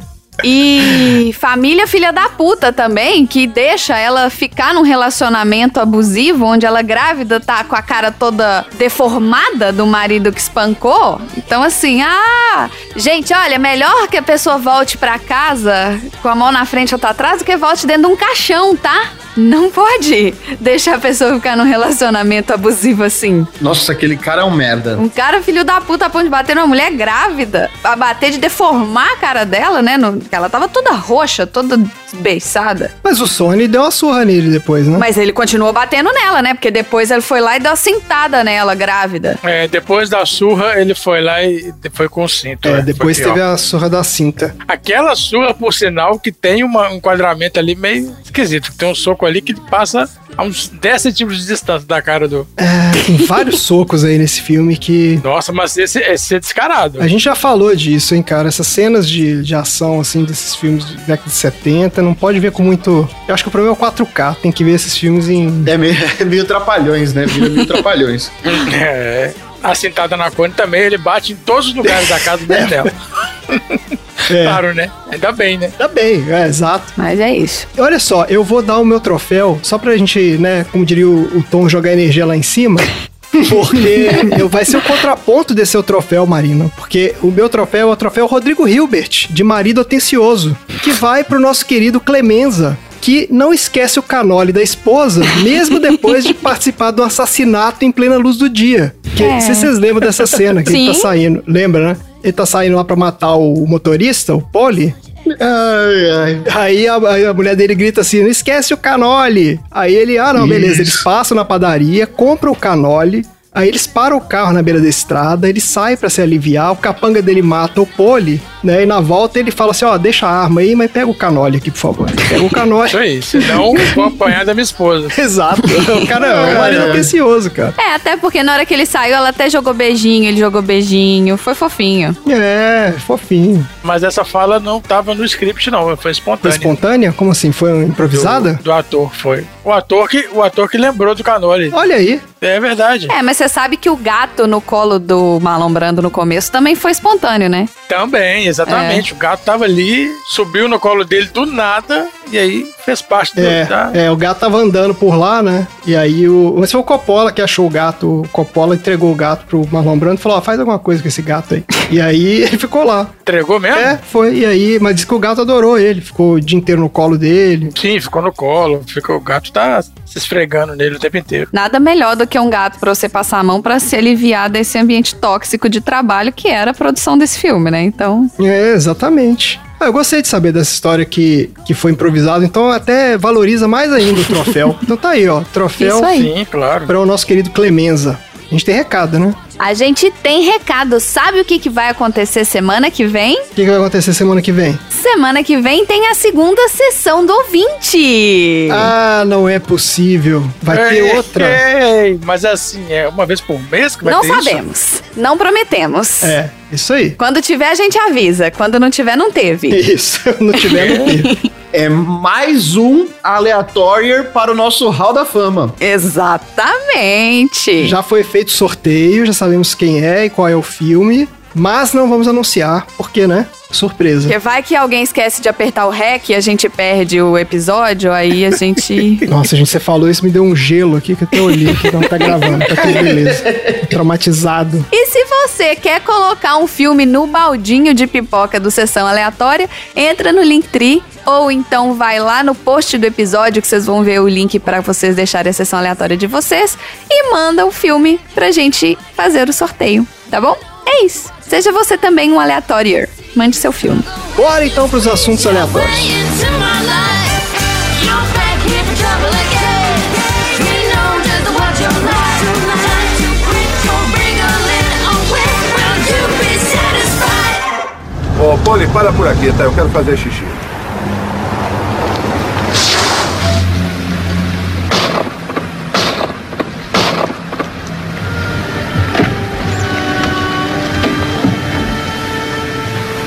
E: E família filha da puta também, que deixa ela ficar num relacionamento abusivo, onde ela grávida tá com a cara toda deformada do marido que espancou. Então, assim, ah, gente, olha, melhor que a pessoa volte pra casa com a mão na frente ou tá atrás do que volte dentro de um caixão, tá? Não pode deixar a pessoa ficar num relacionamento abusivo assim.
B: Nossa, aquele cara é um merda.
E: Um cara filho da puta a ponto de bater numa mulher grávida. A bater de deformar a cara dela, né? No- Ela tava toda roxa, toda beiçada.
C: Mas o Sony deu uma surra nele depois, né?
E: Mas ele continuou batendo nela, né? Porque depois ele foi lá e deu uma sentada nela, grávida.
D: É, depois da surra, ele foi lá e foi com o cinto.
C: É,
D: né?
C: depois
D: Foi pior.
C: teve a surra da cinta.
D: Aquela surra, por sinal, que tem uma- um enquadramento ali meio esquisito. Tem um soco ali que passa a uns 10 centímetros de distância da cara do.
C: É, tem vários socos aí nesse filme que
D: Nossa, mas esse, esse é descarado.
C: A gente já falou disso, hein, cara? Essas cenas de, de ação, assim, desses filmes de década de 70, não pode ver com muito. Eu acho que o problema é o 4K, tem que ver esses filmes em.
B: É meio, é meio trapalhões, né? Vira meio trapalhões.
D: É. A sentada na cone também, ele bate em todos os lugares da casa do Bertel.
C: É,
D: Claro, né? Ainda bem, né?
C: tá bem, é, exato.
E: Mas é isso.
C: E Olha só, eu vou dar o meu troféu, só pra gente, né, como diria o, o Tom, jogar energia lá em cima. Porque eu- vai ser o contraponto desse seu troféu, Marina. Porque o meu troféu é o troféu Rodrigo Hilbert, de marido atencioso, que vai pro nosso querido Clemenza, que não esquece o canole da esposa, mesmo depois de participar do assassinato em plena luz do dia. Que,
E: É.
C: Se vocês lembram dessa cena que ele tá
E: Sim.
C: saindo, lembra, né? Ele tá saindo lá pra matar o motorista, o Poli,
B: Ai, ai.
C: Aí a, aí a mulher dele grita assim: não esquece o canole. Aí ele, ah, não,
B: Isso.
C: beleza. Eles passam na padaria, compram o canole. Aí eles param o carro na beira da estrada, ele sai pra se aliviar, o capanga dele mata o pole, né? E na volta ele fala assim, ó, deixa a arma aí, mas pega o canole aqui, por favor. Pega o canole.
D: Isso aí. Senão, vou apanhar da minha esposa.
C: Exato. O cara é um marido atencioso, cara.
E: É, até porque na hora que ele saiu, ela até jogou beijinho, ele jogou beijinho. Foi fofinho.
C: É, fofinho.
D: Mas essa fala não tava no script, não. Foi
C: Foi
D: espontânea.
C: espontânea? Como assim? Foi improvisada?
D: Do, do ator, foi. O ator que, o ator que lembrou do Canoli.
C: Olha aí.
D: É verdade.
E: É, mas você sabe que o gato no colo do Malombrando no começo também foi espontâneo, né?
D: Também, exatamente.
E: É.
D: O gato tava ali, subiu no colo dele do nada e aí fez parte
C: É,
D: do, da.
C: é, o gato tava andando por lá, né? E aí o. Mas foi o Coppola que achou o gato. O Coppola entregou o gato pro Marlon Brando e falou: ó, faz alguma coisa com esse gato aí. E aí ele ficou lá.
D: Entregou mesmo?
C: É, foi. E aí, mas disse que o gato adorou ele, ficou o dia inteiro no colo dele.
D: Sim, ficou no colo. Ficou, o gato tá se esfregando nele o tempo inteiro.
E: Nada melhor do que um gato pra você passar a mão pra se aliviar desse ambiente tóxico de trabalho que era a produção desse filme, né? Então,
C: É, exatamente. Ah, eu gostei de saber dessa história que, que foi improvisado, então até valoriza mais ainda o troféu. então tá aí, ó. Troféu
E: isso aí.
D: Sim, claro.
C: para o nosso querido Clemenza. A gente tem recado, né?
E: A gente tem recado. Sabe o que, que vai acontecer semana que vem?
C: O que, que vai acontecer semana que vem?
E: Semana que vem tem a segunda sessão do ouvinte.
C: Ah, não é possível. Vai ter
D: Ei,
C: outra.
D: ei, mas assim, é uma vez por mês que vai
E: Não
D: ter isso?
E: sabemos. Não prometemos.
C: É, isso aí.
E: Quando tiver, a gente avisa. Quando não tiver, não teve.
C: Isso, não tiver não teve.
B: É mais um aleatório para o nosso Hall da Fama.
E: Exatamente.
C: Já foi feito sorteio, já sabemos quem é e qual é o filme, mas não vamos anunciar, porque, né? Surpresa.
E: Porque vai que alguém esquece de apertar o REC e a gente perde o episódio, aí a gente.
C: Nossa, gente, você falou isso, me deu um gelo aqui que eu até olhei que não tá gravando, tá tudo beleza. Traumatizado.
E: E se você quer colocar um filme no baldinho de pipoca do Sessão Aleatória, entra no Linktree ou então vai lá no post do episódio que vocês vão ver o link para vocês deixarem a sessão aleatória de vocês e manda o filme pra gente fazer o sorteio, tá bom? É isso. Seja você também um aleatório. Mande seu filme.
C: Bora então pros assuntos aleatórios.
G: Ô, Poli, para por aqui, tá? Eu quero fazer xixi.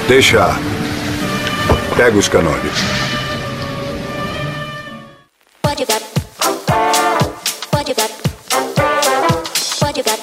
G: Deixa. Pega os canônicos.
H: What you got? What you got? What you got?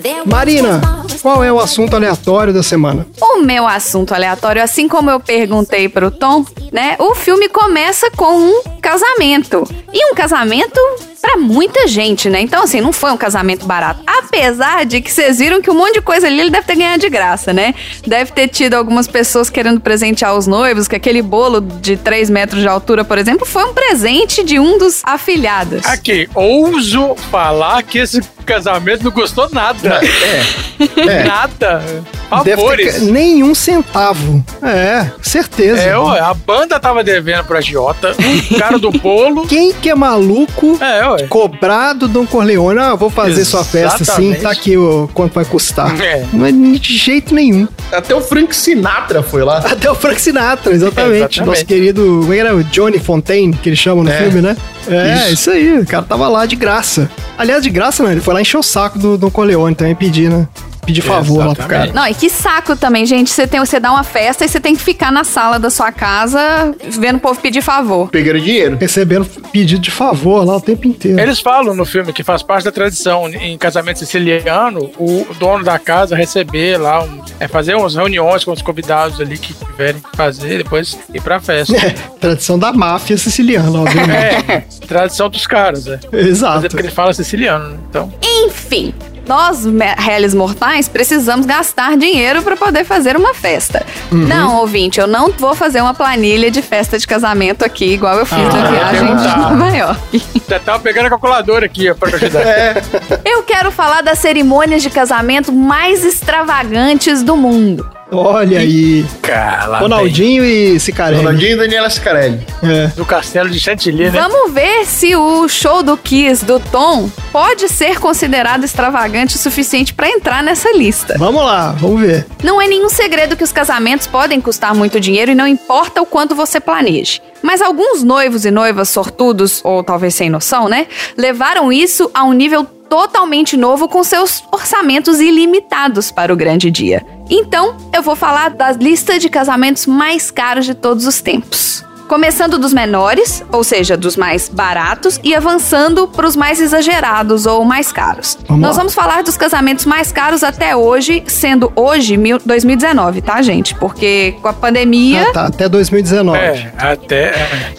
H: There was
C: Marina,
H: flowers-
C: qual é o assunto aleatório da semana?
E: O meu assunto aleatório, assim como eu perguntei pro Tom, né? O filme começa com um casamento. E um casamento pra muita gente, né? Então, assim, não foi um casamento barato. Apesar de que vocês viram que um monte de coisa ali ele deve ter ganhado de graça, né? Deve ter tido algumas pessoas querendo presentear os noivos, que aquele bolo de 3 metros de altura, por exemplo, foi um presente de um dos afilhados.
D: Aqui, ouso falar que esse casamento não gostou nada.
B: É.
D: Nada.
C: Deve ter ca-
D: Favores.
C: nenhum centavo. É, certeza.
D: É, ué, a banda tava devendo pra Giota, o cara do bolo.
C: Quem que é maluco
D: É, ué.
C: cobrado Dom Corleone? Ah, eu vou fazer sua festa sim,
D: Exatamente.
C: tá aqui o quanto vai custar.
D: É.
C: Mas de jeito nenhum.
B: Até o Frank Sinatra foi lá.
C: Até o Frank Sinatra, exatamente.
D: É, exatamente.
C: Nosso querido, como é que era? O Johnny Fontaine, que eles chamam no
B: É.
C: filme, né? É,
B: Isso.
C: isso. aí. O cara tava lá de graça. Aliás, de graça não, ele foi lá encher o saco do Don Corleone também, pedir, né? Pedir favor lá pro cara.
E: Não, e que saco também, gente. Você, tem, você dá uma festa e você tem que ficar na sala da sua casa vendo o povo pedir favor.
B: Pegaram dinheiro.
C: Recebendo pedido de favor lá o tempo inteiro.
D: Eles falam no filme que faz parte da tradição em casamento siciliano o dono da casa receber lá, um- é fazer umas reuniões com os convidados ali que tiverem que fazer, depois ir pra festa.
C: É, tradição da máfia siciliana, obviamente.
D: É, tradição dos caras, é. Mas é
C: Exato.
D: porque ele fala siciliano, né? Então.
E: Enfim, nós, me- réis mortais, precisamos gastar dinheiro para poder fazer uma festa. Não, ouvinte, eu não vou fazer uma planilha de festa de casamento aqui, igual eu fiz na viagem de Nova York.
D: Já tava pegando a calculadora aqui ó, pra ajudar.
E: Eu quero falar das cerimônias de casamento mais extravagantes do mundo.
C: Olha aí. Ronaldinho e Cicarelli.
B: Ronaldinho e Daniela Scarelli.
C: É.
D: Do castelo de Chantilly, né?
E: Vamos ver se o show do Kiss do Tom pode ser considerado extravagante o suficiente para entrar nessa lista.
C: Vamos lá, vamos ver.
E: Não é nenhum segredo que os casamentos podem custar muito dinheiro e não importa o quanto você planeje. Mas alguns noivos e noivas sortudos, ou talvez sem noção, né? Levaram isso a um nível totalmente novo com seus orçamentos ilimitados para o grande dia. Então, eu vou falar da lista de casamentos mais caros de todos os tempos. Começando dos menores, ou seja, dos mais baratos, e avançando para os mais exagerados ou mais caros.
C: Vamos
E: Nós
C: lá.
E: vamos falar dos casamentos mais caros até hoje, sendo hoje mil- 2019, tá, gente? Porque com a pandemia,
C: Ah, tá, até 2019.
D: É, até.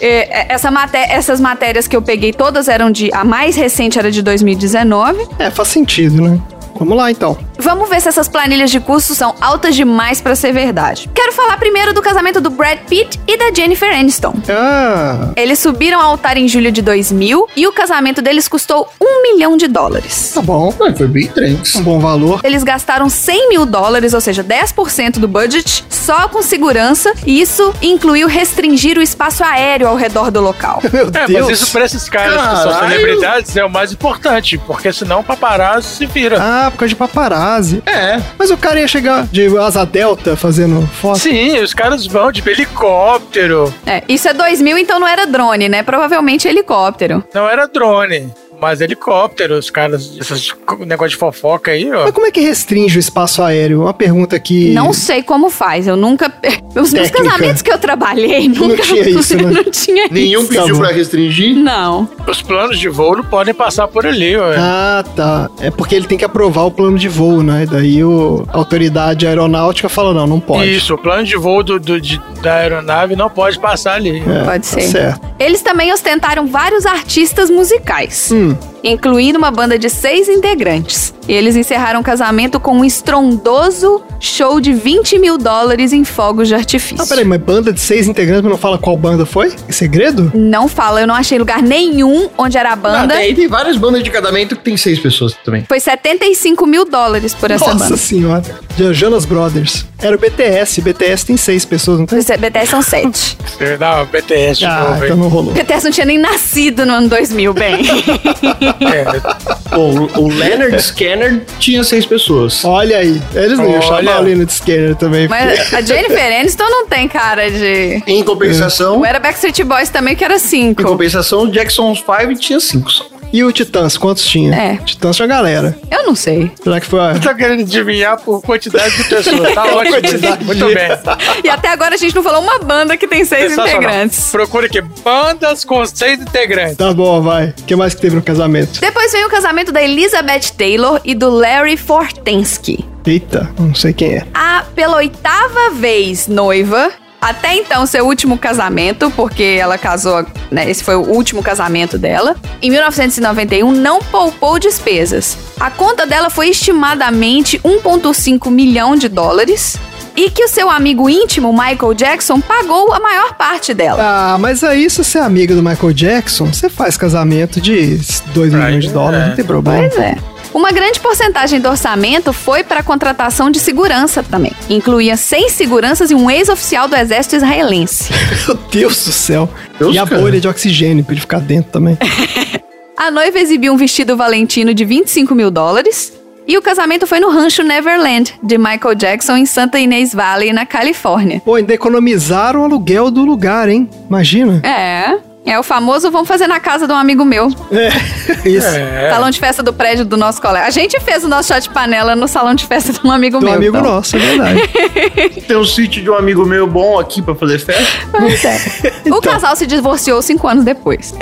E: é, é, essa maté- essas matérias que eu peguei todas eram de. A mais recente era de 2019.
C: É, faz sentido, né? Vamos lá então.
E: Vamos ver se essas planilhas de custo são altas demais pra ser verdade. Quero falar primeiro do casamento do Brad Pitt e da Jennifer Aniston.
C: Ah,
E: Eles subiram ao altar em julho de 2000 e o casamento deles custou um milhão de dólares.
C: tá bom.
B: Ah, foi bem trens.
C: Um bom valor.
E: Eles gastaram 100 mil dólares, ou seja, 10% do budget, só com segurança, e isso incluiu restringir o espaço aéreo ao redor do local.
C: Meu
D: É,
C: Deus.
D: mas isso pra esses caras que são
B: Caralho.
D: celebridades é o mais importante, porque senão o paparazzo se vira.
C: Ah, por causa de paparazzi.
B: É.
C: Mas o cara ia chegar de asa delta fazendo foto.
D: Sim, os caras vão de helicóptero.
E: É, isso é 2000, então não era drone, né? Provavelmente helicóptero.
D: Não era drone, mas helicóptero. Os caras, esses negócio de fofoca aí, ó.
C: Mas como é que restringe o espaço aéreo? Uma pergunta que.
E: Não sei como faz, eu nunca. Os meus
C: Técnica.
E: casamentos que eu trabalhei nunca.
C: tinha isso, né?
E: não tinha
B: Nenhum
E: isso.
B: pediu
C: bom.
B: pra restringir.
E: Não.
D: Os planos de voo não podem passar por ali, ó.
C: Ah, tá. É porque ele tem que aprovar o plano de voo, né? Daí o, a autoridade aeronáutica fala: não, não pode.
D: Isso, o plano de voo do, do- de- da aeronave não pode passar ali.
C: É,
E: Pode
C: Tá
E: ser.
C: certo.
E: Eles também ostentaram vários artistas musicais,
C: Hum.
E: incluindo uma banda de seis integrantes. E eles encerraram o casamento com um estrondoso show de 20 mil dólares em fogos de artifício.
C: Ah, peraí, mas banda de seis integrantes, mas não fala qual banda foi? É segredo?
E: Não fala, eu não achei lugar nenhum onde era a banda.
B: Ah,
C: é
B: tem, tem várias bandas de casamento que tem seis pessoas também.
E: Foi 75 mil dólares por essa
C: Nossa
E: banda.
C: senhora. De Jonas Brothers. Era o BTS. BTS tem seis pessoas, não tem?
E: Os BTS são sete.
D: Você dá uma BTS de
C: Ah,
D: novo aí.
C: então não rolou.
E: BTS não tinha nem nascido no ano 2000, bem.
C: então-
D: É,
B: Pô, o Leonard Scanner tinha seis pessoas.
C: Olha aí. Eles não iam chamar
D: Olha.
C: o Leonard Skinner também. porque-
E: Mas a Jennifer Aniston não tem cara de...
B: Em compensação,
E: Não era Backstreet Boys também, que era
B: em
E: cinco.
B: compensação, o Jackson 5 tinha cinco só.
C: E o Titãs, quantos tinha?
E: É.
C: Titãs tinha galera.
E: Eu não sei.
C: Será que foi a...
D: Tá querendo adivinhar por quantidade de pessoas. Tá ótimo.
C: Quantidade.
D: Muito bem.
E: E até agora a gente não falou uma banda que tem seis
D: Sensacional.
E: integrantes.
D: Procure aqui. Bandas com seis integrantes.
C: Tá bom, vai. O que mais que teve no casamento?
E: Depois vem o casamento da Elizabeth Taylor e do Larry Fortensky.
C: Eita, não sei quem é.
E: A, pela oitava vez, noiva. Até então, seu último casamento, porque ela casou, né? Esse foi o último casamento dela. Em 1991, não poupou despesas. A conta dela foi estimadamente 1,5 milhão de dólares. E que o seu amigo íntimo, Michael Jackson, pagou a maior parte dela.
C: Ah, mas aí se você é amiga do Michael Jackson, você faz casamento de 2 milhões de dólares, não tem problema.
E: Pois é. Uma grande porcentagem do orçamento foi para a contratação de segurança também. Incluía seis seguranças e um ex-oficial do exército israelense.
C: Meu Deus do céu.
B: Deus,
C: e a
B: cara.
C: bolha de oxigênio pra ele ficar dentro também.
E: A noiva exibiu um vestido valentino de 25 mil dólares. E o casamento foi no rancho Neverland, de Michael Jackson, em Santa Inês Valley, na Califórnia.
C: Pô, ainda economizaram o aluguel do lugar, hein? Imagina.
E: É, é o famoso vamos fazer na casa de um amigo meu.
C: É, isso.
E: Salão de festa do prédio do nosso colega. A gente fez o nosso chá de panela no salão de festa de um amigo
C: Do
E: meu.
C: amigo
E: então.
C: nosso, é verdade.
B: Tem um sítio de um amigo meu bom aqui pra fazer festa?
E: O casal se divorciou cinco anos depois.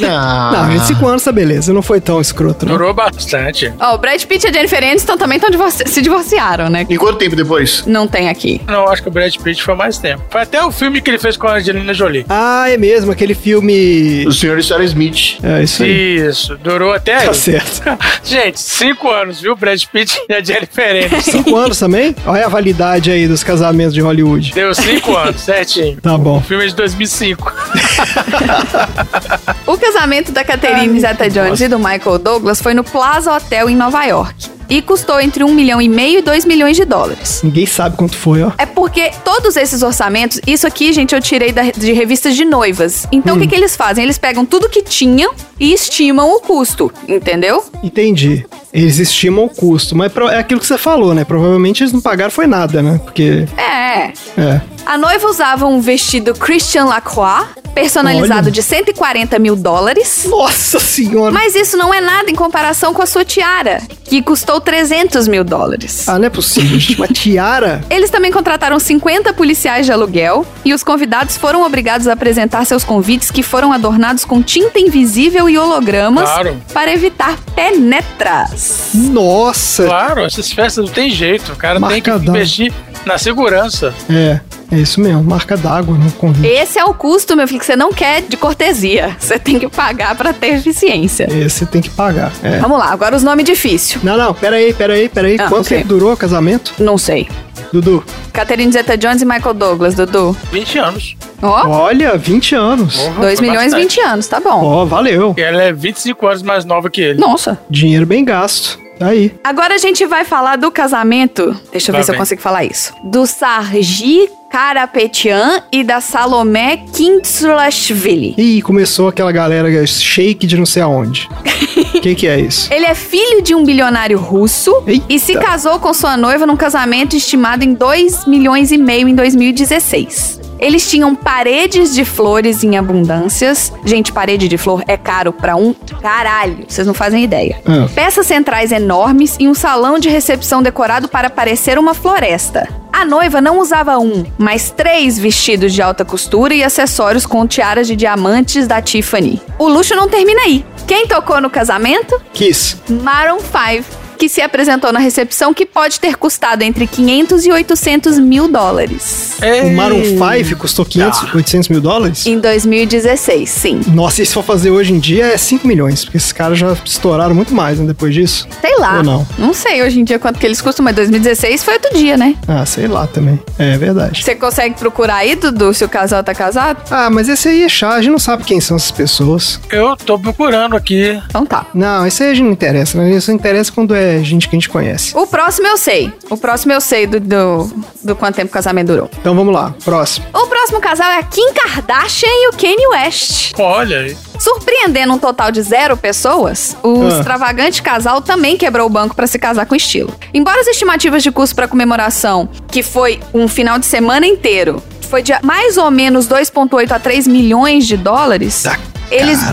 B: Não.
C: Não, 25 anos tá beleza, não foi tão escroto, não.
D: Durou bastante.
E: Ó, o Brad Pitt e a Jennifer Aniston também tão divorci- se divorciaram, né?
B: E quanto tempo depois?
E: Não tem aqui.
D: Não, acho que o Brad Pitt foi mais tempo. Foi até o filme que ele fez com a Angelina Jolie.
C: Ah, é mesmo, aquele filme.
B: O senhor e a senhora Smith.
C: É isso aí.
D: Isso, durou até aí.
C: Tá certo.
D: Gente, cinco anos, viu? Brad Pitt e a Jennifer Aniston.
C: Cinco anos também? Olha a validade aí dos casamentos de Hollywood.
D: Deu cinco anos, certinho.
C: Tá bom.
D: O filme é de 2005.
E: O casamento da Catherine Zeta-Jones e do Michael Douglas foi no Plaza Hotel em Nova York. E custou entre 1 milhão e meio e 2 milhões de dólares.
C: Ninguém sabe quanto foi, ó.
E: É porque todos esses orçamentos, isso aqui, gente, eu tirei da- de revistas de noivas. Então, o que, que eles fazem? Eles pegam tudo que tinham e estimam o custo, entendeu?
C: Entendi. Eles estimam o custo, mas pro- é aquilo que você falou, né? Provavelmente eles não pagaram foi nada, né? Porque.
E: É.
C: É.
E: A noiva usava um vestido Christian Lacroix, personalizado
C: Olha.
E: de 140 mil dólares.
C: Nossa senhora!
E: Mas isso não é nada em comparação com a sua tiara, que custou 300 mil dólares.
C: Ah, não é possível, gente. Uma tiara?
E: Eles também contrataram 50 policiais de aluguel e os convidados foram obrigados a apresentar seus convites que foram adornados com tinta invisível e hologramas
D: Claro.
E: para evitar penetras.
C: Nossa!
D: Claro, essas festas não tem jeito. O cara tem que
C: Marcadão.
D: investir na segurança.
C: É, é isso mesmo. Marca d'água no convite.
E: Esse é o custo, meu filho, que você não quer de cortesia. Você tem que pagar para ter eficiência.
C: É, Você tem que pagar. É.
E: Vamos lá, agora os nomes difíceis.
C: Não, não, peraí, peraí, peraí.
E: Ah,
C: Quanto
E: ok.
C: tempo durou o casamento?
E: Não sei.
C: Dudu?
E: Catherine Zeta-Jones e Michael Douglas, Dudu.
D: 20 anos.
E: Ó,
C: Olha, 20 anos.
D: Porra,
E: 2
D: foi
E: milhões e
D: bastante.
E: 20 anos, tá bom.
C: Ó, valeu.
D: Ela é 25 anos mais nova que ele.
E: Nossa.
C: Dinheiro bem gasto. Tá aí.
E: Agora a gente vai falar do casamento. Deixa eu
D: Lá
E: ver se eu
D: vem.
E: consigo falar isso. Do Sargi Karapetian e da Salomé Kintsulashvili.
C: Ih, começou aquela galera shake de não sei aonde. O que, que é isso?
E: Ele é filho de um bilionário russo e
C: Eita.
E: se casou com sua noiva num casamento estimado em 2 milhões e meio em 2016. Eles tinham paredes de flores em abundâncias. Gente, parede de flor é caro pra um caralho. Vocês não fazem ideia.
C: Ah.
E: Peças centrais enormes e um salão de recepção decorado para parecer uma floresta. A noiva não usava um, mas três vestidos de alta costura e acessórios com tiaras de diamantes da Tiffany. O luxo não termina aí. Quem tocou no casamento?
C: Kiss.
E: Maroon 5, que se apresentou na recepção que pode ter custado entre 500 e 800 mil dólares.
C: O Maroon 5 custou
E: Tá.
C: 500, 800 mil dólares?
E: Em 2016, sim.
C: Nossa, e se for fazer hoje em dia é 5 milhões, porque esses caras já estouraram muito mais, né, depois disso.
E: Sei lá.
C: Ou não.
E: sei hoje em dia quanto que eles custam, mas 2016 foi outro dia, né?
C: Ah, sei lá também. É verdade.
E: Você consegue procurar aí, Dudu, se o casal tá casado?
C: Ah, mas esse aí é chá, a gente não sabe quem são essas pessoas.
D: Eu tô procurando aqui.
E: Então tá.
C: Não, isso aí a gente não interessa, né? Isso interessa quando é gente que a gente conhece.
E: O próximo eu sei. O próximo eu sei do, do, do quanto tempo o casamento durou.
C: Então vamos lá, próximo.
E: O próximo casal é a Kim Kardashian e o Kanye West.
D: Olha aí.
E: Surpreendendo um total de zero pessoas, o
C: Ah.
E: extravagante casal também quebrou o banco para se casar com estilo. Embora as estimativas de custo para comemoração, que foi um final de semana inteiro, foi de mais ou menos 2,8 a 3 milhões de dólares. Eles,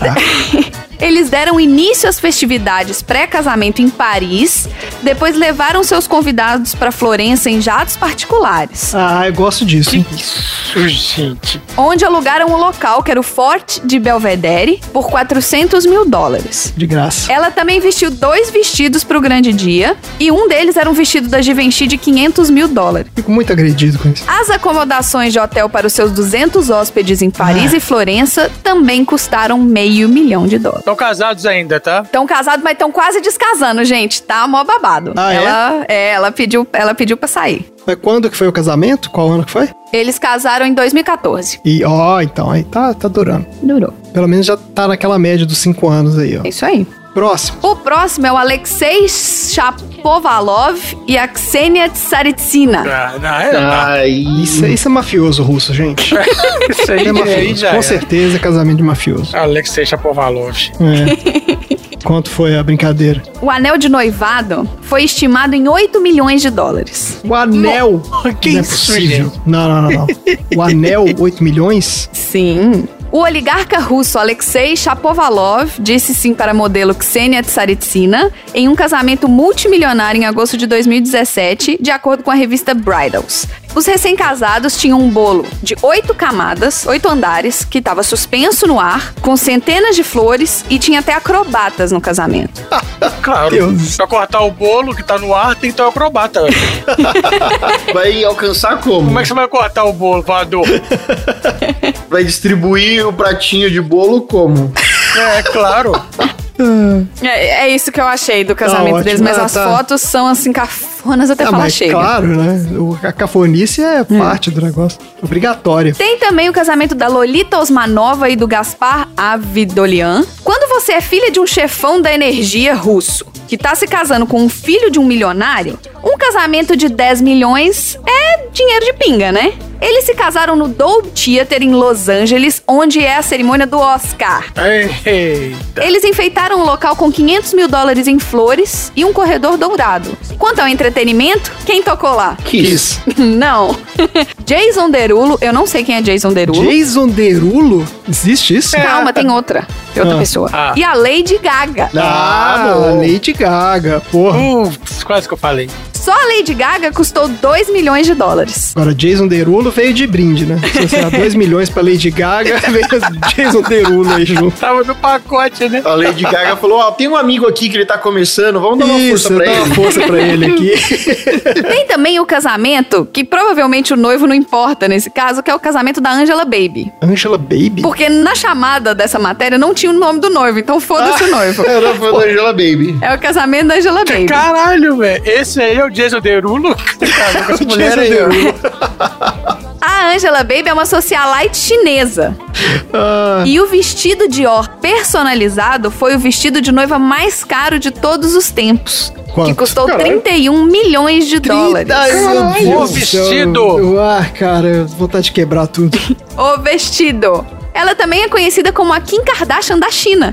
E: Eles deram início às festividades pré-casamento em Paris, depois levaram seus convidados para Florença em jatos particulares,
C: Ah, eu gosto disso, hein?
D: Isso, gente.
E: onde alugaram o local, que era o Forte de Belvedere, por 400 mil dólares.
C: De graça.
E: Ela também vestiu dois vestidos para o grande dia, e um deles era um vestido da Givenchy de 500 mil dólares.
C: Fico muito agredido com isso.
E: As acomodações de hotel para os seus 200 hóspedes em Paris
C: Ah.
E: e Florença também custaram meio milhão de dólares.
D: Estão casados ainda, tá?
E: Estão casados, mas estão quase descasando, gente. Tá mó babado.
C: Ah, é?
E: ela, é? ela pediu, ela pediu para sair.
C: Mas quando que foi o casamento? Qual ano que foi?
E: Eles casaram em 2014.
C: E ó, então, aí tá, tá durando.
E: Durou.
C: Pelo menos já tá naquela média dos cinco anos aí, ó.
E: É isso aí.
C: Próximo.
E: O próximo é o Alexei Shapovalov e a Ksenia Tsaritsina.
D: Ah, não, é, não.
B: Aí
C: Isso, isso é mafioso russo, gente.
D: Isso Hum. aí,
C: É
D: aí
C: mafioso.
D: já
C: Com
D: é.
C: certeza, é casamento de mafioso.
D: Alexei Chapovalov.
C: É. Quanto foi a brincadeira?
E: O anel de noivado foi estimado em 8 milhões de dólares.
C: O anel!
D: que
C: não é
D: isso,
C: possível.
D: gente?
C: Não, não, não, não. O anel, 8 milhões?
E: Sim. O oligarca russo Alexei Shapovalov disse sim para a modelo Ksenia Tsaritsina em um casamento multimilionário em agosto de 2017, de acordo com a revista Bridals. Os recém-casados tinham um bolo de oito camadas, oito andares, que estava suspenso no ar, com centenas de flores e tinha até acrobatas no casamento.
D: Claro.
C: Deus.
D: Pra cortar o bolo que tá no ar, tem que ter um acrobata.
B: vai alcançar como?
D: Como é que você vai cortar o bolo, Vador?
B: Vai distribuir o pratinho de bolo como?
D: É, claro.
E: É, é isso que eu achei do casamento
C: ótimo.
E: deles, mas
C: Ah,
E: as
C: tá.
E: fotos são assim cafonas até
C: ah,
E: falar
C: mas
E: chega.
C: claro, né? O- A cafonice é
D: Hum.
C: parte do negócio. Obrigatória.
E: Tem também o casamento da Lolita Osmanova e do Gaspar Avidolian. Quando você é filha de um chefão da energia russo que tá se casando com um filho de um milionário, um casamento de 10 milhões é dinheiro de pinga, né? Eles se casaram no Dole Theater em Los Angeles, onde é a cerimônia do Oscar.
D: Ei,
E: Eles enfeitaram o local com 500 mil dólares em flores e um corredor dourado. Quanto ao entretenimento, quem tocou lá?
B: Kiss.
E: não. Jason Derulo, eu não sei quem é Jason Derulo.
C: Jason Derulo? Existe isso?
E: Calma, tem outra. Tem outra
C: É. Ah.
E: pessoa.
D: Ah.
E: E a Lady Gaga.
C: Ah,
B: Ah, bom.
C: Lady Gaga, porra.
D: Putz, quase que eu falei.
E: Só a Lady Gaga custou 2 milhões de dólares.
C: Agora, Jason Derulo veio de brinde, né? Se você dá 2 milhões pra Lady Gaga, veio Jason Derulo aí junto.
D: Tava no pacote, né?
B: A Lady Gaga falou: Ó, tem um amigo aqui que ele tá começando, vamos dar uma
C: Isso,
B: força pra
C: dá
B: ele.
C: uma força pra ele aqui.
E: Tem também o casamento, que provavelmente o noivo não importa nesse caso, que é o casamento da Angela Baby.
C: Angela Baby?
E: Porque na chamada dessa matéria não tinha o nome do noivo, então
D: é
C: Ah.
E: foda-se o noivo.
B: Era foi da Angela Baby.
E: É o casamento da Angela Baby.
D: Caralho, velho. Esse aí é o Jason Derulo? Cara, com essa mulher aí. ó.
E: A Angela Baby é uma socialite chinesa.
C: Ah,
E: E o vestido Dior personalizado foi o vestido de noiva mais caro de todos os tempos. Que
C: Quanto?
E: custou
B: Caralho.
E: 31 milhões de
C: um
E: dólares.
C: Ai, meu
D: Ô,
C: Deus do céu.
D: vestido.
C: Eu- então. Ah, cara, eu- vontade de quebrar tudo.
E: O vestido. Ela também é conhecida como a Kim Kardashian da China.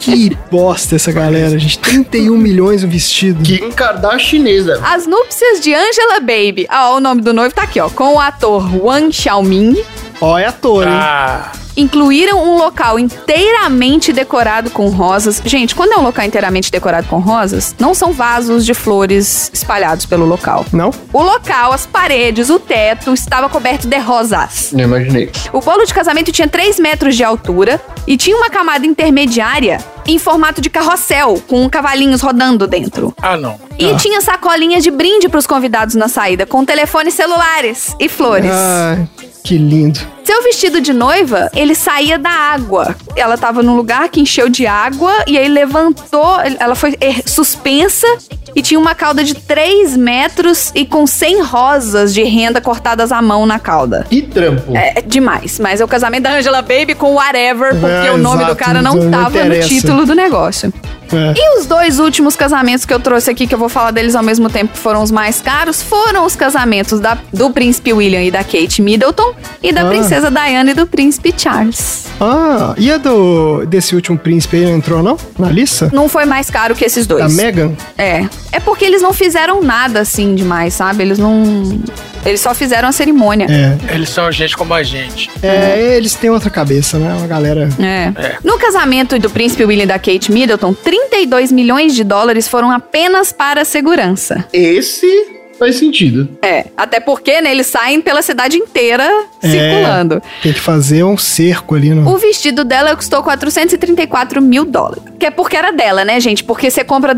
C: Que bosta essa galera, gente. 31 milhões o vestido.
B: Kim Kardashian chinesa.
E: As núpcias de Angela Baby. Ah, ó, o nome do noivo tá aqui, ó. Com o ator Wang Xiaoming.
C: Ó, é ator, hein?
D: Ah,
E: Incluíram um local inteiramente decorado com rosas. Gente, quando é um local inteiramente decorado com rosas, não são vasos de flores espalhados pelo local.
C: Não?
E: O local, as paredes, o teto estava coberto de rosas.
B: Não imaginei.
E: O bolo de casamento tinha 3 metros de altura e tinha uma camada intermediária em formato de carrossel, com cavalinhos rodando dentro.
D: ah não.
E: E tinha sacolinhas de brinde para os convidados na saída, com telefones celulares e flores.
C: Ai, Ah, que lindo.
E: Seu vestido de noiva, ele saía da água. Ela tava num lugar que encheu de água e aí levantou, ela foi er- suspensa e tinha uma cauda de 3 metros e com 100 rosas de renda cortadas à mão na cauda.
B: Que trampo.
E: É é demais, mas é o casamento da Angela Baby com whatever, porque
C: É,
E: o nome
C: exato,
E: do cara não,
C: não
E: tava no
C: interessa.
E: título do negócio.
C: É.
E: E os dois últimos casamentos que eu trouxe aqui, que eu vou falar deles ao mesmo tempo, que foram os mais caros, foram os casamentos da- do príncipe William e da Kate Middleton e da
C: Ah.
E: princesa Diana e do príncipe Charles.
C: Ah, e a do, desse último príncipe aí não entrou, não? Na lista?
E: Não foi mais caro que esses
C: Da
E: dois.
C: Megan?
E: É. É porque eles não fizeram nada assim demais, sabe? Eles não. Eles só fizeram a cerimônia.
C: É,
D: Eles são gente como a gente.
C: é, eles têm outra cabeça, né? Uma galera.
E: É.
D: É.
E: No casamento do príncipe William e da Kate Middleton, 32 milhões de dólares foram apenas para a segurança.
B: Esse faz sentido.
E: É, até porque né, eles saem pela cidade inteira
C: É.
E: circulando.
C: Tem que fazer um cerco ali no.
E: O vestido dela custou 434 mil dólares. Que é porque era dela, né, gente? Porque você compra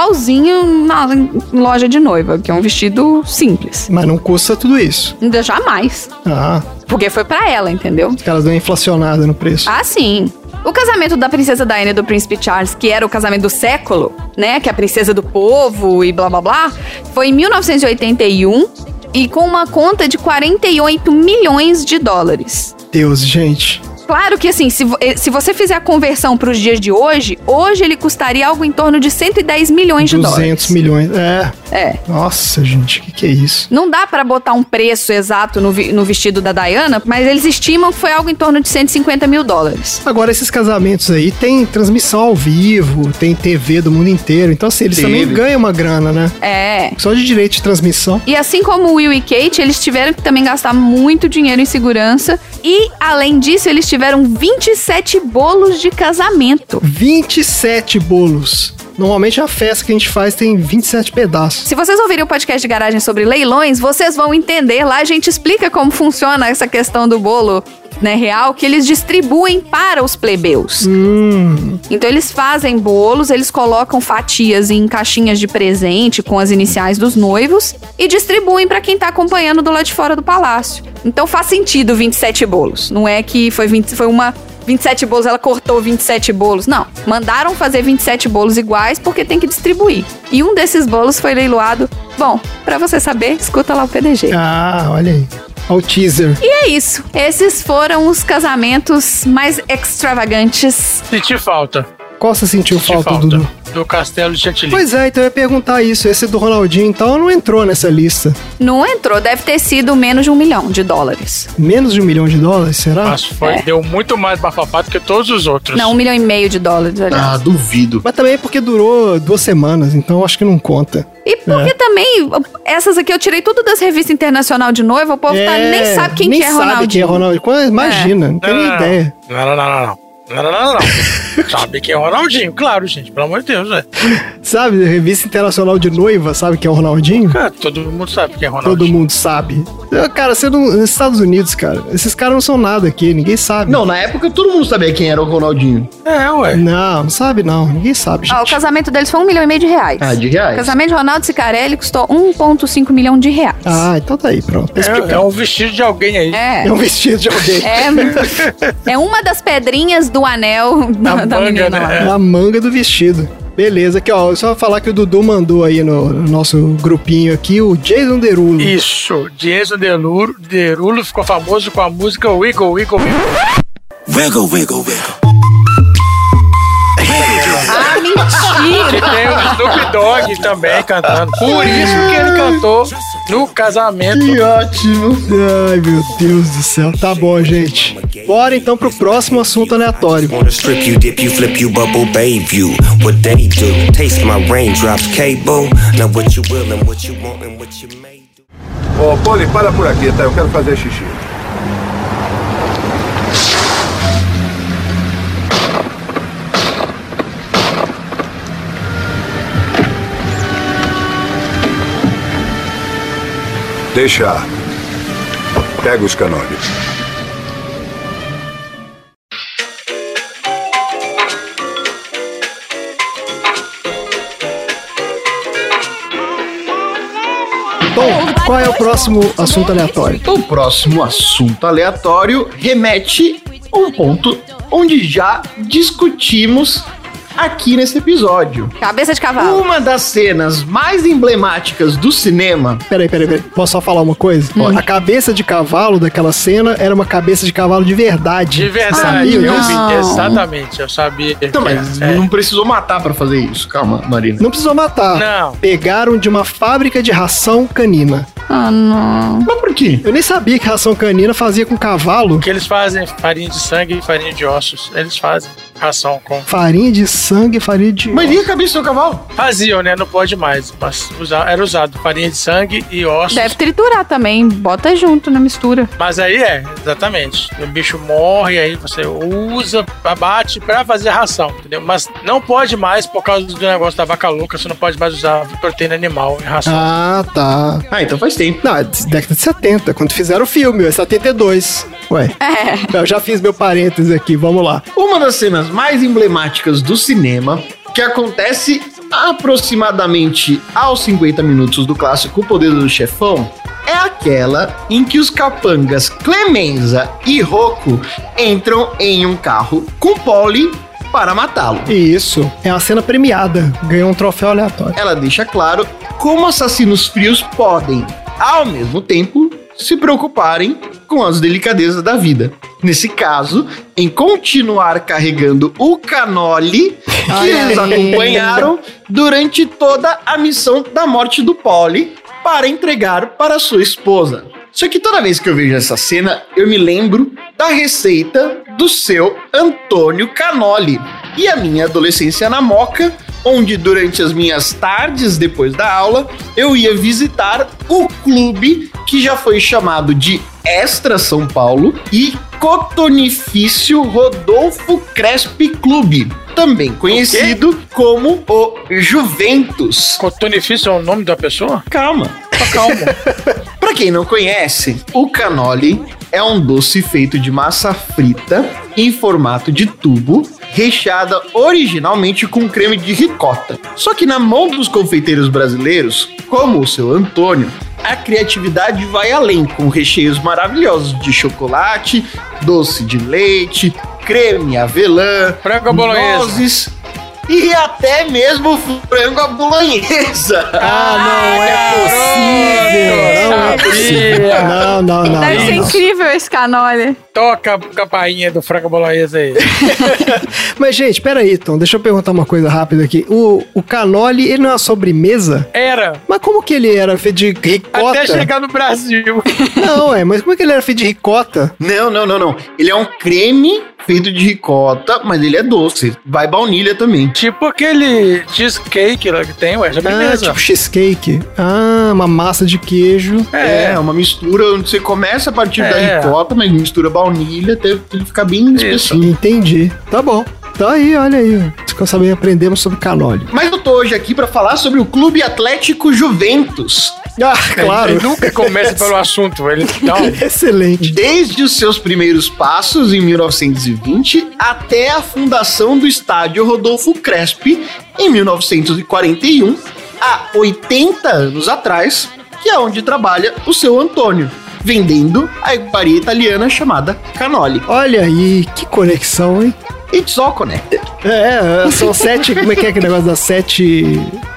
E: igualzinho na loja de noiva, que é um vestido simples.
C: Mas não custa tudo isso.
E: Ainda Jamais.
C: Ah,
E: Porque foi pra ela, entendeu?
C: os caras dão uma inflacionada no preço.
E: Ah, sim. O casamento da princesa Diana e do príncipe Charles, que era o casamento do século, né? Que é a princesa do povo e blá blá blá, foi em 1981 e com uma conta de 48 milhões de dólares.
C: Deus, gente.
E: Claro que assim, se, vo- eh, se você fizer a conversão para os dias de hoje, hoje ele custaria algo em torno de 110 milhões de
C: 200
E: dólares.
C: milhões. É.
E: É.
C: Nossa, gente, o que, que é isso?
E: Não dá pra botar um preço exato no, vi- no vestido da Diana, mas eles estimam que foi algo em torno de 150 mil dólares.
C: Agora, esses casamentos aí tem transmissão ao vivo, tem TV do mundo inteiro. Então, assim, eles
B: Teve.
C: também ganham uma grana, né?
E: É.
C: Só de direito de transmissão.
E: E assim como Will e Kate, eles tiveram que também gastar muito dinheiro em segurança. E, além disso, eles tiveram 27 bolos de casamento.
C: 27 bolos. Normalmente a festa que a gente faz tem 27 pedaços.
E: Se vocês ouvirem o podcast de garagem sobre leilões, vocês vão entender. Lá a gente explica como funciona essa questão do bolo né, real, que eles distribuem para os plebeus.
C: Hum,
E: Então eles fazem bolos, eles colocam fatias em caixinhas de presente com as iniciais dos noivos e distribuem para quem tá acompanhando do lado de fora do palácio. Então faz sentido 27 bolos. Não é que foi 20, foi uma 27 bolos, ela cortou 27 bolos. Não, mandaram fazer 27 bolos iguais porque tem que distribuir. E um desses bolos foi leiloado. Bom, para você saber, escuta lá o PDG.
C: Ah, olha aí. Olha o teaser.
E: E é isso. Esses foram os casamentos mais extravagantes.
D: Senti falta.
C: Qual você sentiu
D: Senti
C: falta,
D: falta.
C: Dudu?
D: Do castelo de Chantilly.
C: Pois é, então eu ia perguntar isso. Esse do Ronaldinho, então, não entrou nessa lista.
E: Não entrou, deve ter sido menos de um milhão de dólares.
C: Menos de um milhão de dólares, será?
D: Mas foi,
E: É.
D: deu muito mais bafafá do que todos os outros.
E: Não, um milhão e meio de dólares, aliás.
B: Ah, duvido.
C: Mas também é porque durou duas semanas, então eu acho que não conta.
E: E
C: É.
E: porque também, essas aqui eu tirei tudo das revistas internacional de noivo, o povo tá, nem sabe quem
C: nem
E: que é
C: sabe
E: Ronaldinho.
C: Quem é Ronaldinho. Quando- Imagina, não tem
D: Não,
C: nem
D: não,
C: ideia.
D: Não, não, não, não. não. Não, não, não, não, não. Sabe quem é o Ronaldinho? Claro, gente, pelo amor de Deus, né?
C: Sabe, revista internacional de noiva, sabe quem é o Ronaldinho?
D: Cara, todo mundo sabe quem é Ronaldinho.
C: Todo mundo sabe. Eu, Cara, você não, nos Estados Unidos, cara, esses caras não são nada aqui, ninguém sabe.
B: Não, na época todo mundo sabia quem era o Ronaldinho.
D: É, ué.
C: Não, não sabe não, ninguém sabe, gente.
E: Ó, o casamento deles foi um milhão e meio de reais.
B: Ah, de
E: O
B: reais.
E: casamento de Ronaldo Cicarelli custou 1,5 milhão de reais.
C: Ah, então tá aí, pronto. Tá explicado.
D: É, é um vestido de alguém aí.
E: É.
C: É um vestido de alguém.
E: É, é uma das pedrinhas do anel da,
D: Da
E: da
D: manga,
E: menina
D: né?
E: lá.
C: Na É manga do vestido. Beleza, aqui ó, só falar que o Dudu mandou aí no, no nosso grupinho aqui o Jason Derulo.
D: Isso, Jason Derulo, Derulo ficou famoso com a música Wiggle, Wiggle, Wiggle.
A: Wiggle, wiggle, wiggle.
E: Ah, mentira!
D: Que tem o Snoop Dogg também cantando. Por isso que ele cantou no casamento.
B: Que ótimo.
C: Ai, meu Deus do céu. Tá bom, gente. Bora então pro próximo assunto aleatório.
I: Wanna strip you, dip you, flip you, bubble babe you. What they do, taste my raindrops, cable. Now what you will and what you want and what you may do.
G: Ô, Poli, para por aqui, tá? Eu quero fazer xixi. Deixa. Pega os canones.
C: Tom, qual é o próximo assunto aleatório?
B: Então, O próximo assunto aleatório remete a um ponto onde já discutimos aqui nesse episódio.
E: Cabeça de
C: Uh.
E: cavalo.
B: Uma das cenas mais emblemáticas do cinema.
C: Peraí, peraí, peraí. Posso só falar uma coisa? A cabeça de cavalo daquela cena era uma cabeça de cavalo de verdade.
D: De
C: Você
D: verdade,
C: sabia
D: eu
C: disso?
D: vi, exatamente, eu sabia. É. que
B: Então, mas
D: era.
B: não precisou matar pra fazer isso. Calma, Marina.
C: Não precisou matar.
D: Não.
C: Pegaram de uma fábrica de ração canina.
E: Ah, não.
B: Mas por quê?
C: Eu nem sabia que ração canina fazia com cavalo.
D: O que eles fazem? Farinha de sangue e farinha de ossos. Eles fazem ração com.
C: Farinha de sangue, farinha de.
B: Mas e a cabeça do cavalo?
D: Faziam, né? Não pode mais. Mas usa- era usado farinha de sangue e ossos.
E: Deve triturar também. Bota junto na mistura.
D: Mas aí é, exatamente. O bicho morre, aí você usa, abate pra fazer ração, entendeu? Mas não pode mais, por causa do negócio da vaca louca, você não pode mais usar proteína animal em ração.
C: Ah, tá.
B: Ah, então faz tempo.
C: Não, é de- década de 70, quando fizeram o filme, é 72. Ué. É. Eu já fiz meu parênteses aqui, vamos lá.
B: Uma das cenas mais emblemáticas do cinema, que acontece aproximadamente aos 50 minutos do clássico O Poder do Chefão, é aquela em que os capangas Clemenza e Rocco entram em um carro com Polly para matá-lo.
C: E isso é uma cena premiada, ganhou um troféu aleatório.
B: Ela deixa claro como assassinos frios podem, ao mesmo tempo, se preocuparem com as delicadezas da vida. Nesse caso, em continuar carregando o canole que
C: Olha
B: eles
C: aí.
B: acompanharam durante toda a missão da morte do Polly para entregar para sua esposa. Só que toda vez que eu vejo essa cena, eu me lembro da receita do seu Antônio Canoli e a minha adolescência na Moca, onde durante as minhas tardes depois da aula, eu ia visitar o clube que já foi chamado de Extra São Paulo e Cotonifício Rodolfo Crespi Clube, também conhecido como o Juventus.
D: Cotonifício é o nome da pessoa?
B: Calma.
D: Tá calmo.
B: Pra quem não conhece, o canoli é um doce feito de massa frita em formato de tubo, recheada originalmente com creme de ricota. Só que na mão dos confeiteiros brasileiros, como o seu Antônio, a criatividade vai além, com recheios maravilhosos de chocolate, doce de leite, creme avelã,
D: Frango à bolonhesa.
B: nozes e até mesmo frango à bolonhesa.
C: Ah, não é possível! Não é possível!
D: Sabia.
C: Não, não, não.
E: Deve
C: não,
E: ser
C: não.
E: incrível esse canole.
D: Toca a campainha do frango bolonhesa aí.
C: Mas, gente, peraí, então, deixa eu perguntar uma coisa rápida aqui. O, o canoli, ele não é uma sobremesa?
D: Era.
C: Mas como que ele era feito de ricota?
D: Até chegar no Brasil.
C: Não, é, mas como é que ele era feito de ricota?
B: Não, não, não, não. Ele é um creme feito de ricota, mas ele é doce. Vai baunilha também.
D: tipo aquele cheesecake lá que tem, ué, já
C: Ah,
D: beleza.
C: tipo cheesecake. Ah, uma massa de queijo.
B: É, uma mistura onde você começa a partir da
D: É.
B: ricota, mas mistura baunilha até ele ficar bem específico.
C: Entendi. Tá bom. Tá aí, olha aí. Ficou sabendo, aprendemos sobre canoli.
B: Mas eu tô hoje aqui pra falar sobre o Clube Atlético Juventus.
C: Ah, claro.
D: Ele nunca começa pelo assunto. Ele dá um
C: Excelente.
B: Desde os seus primeiros passos em 1920 até a fundação do estádio Rodolfo Crespi em 1941, há 80 anos atrás, que é onde trabalha o seu Antônio, vendendo a iguaria italiana chamada Canoli.
C: Olha aí, que conexão, hein?
B: It's all connected.
C: É, é, são sete. Como é que é aquele negócio das sete.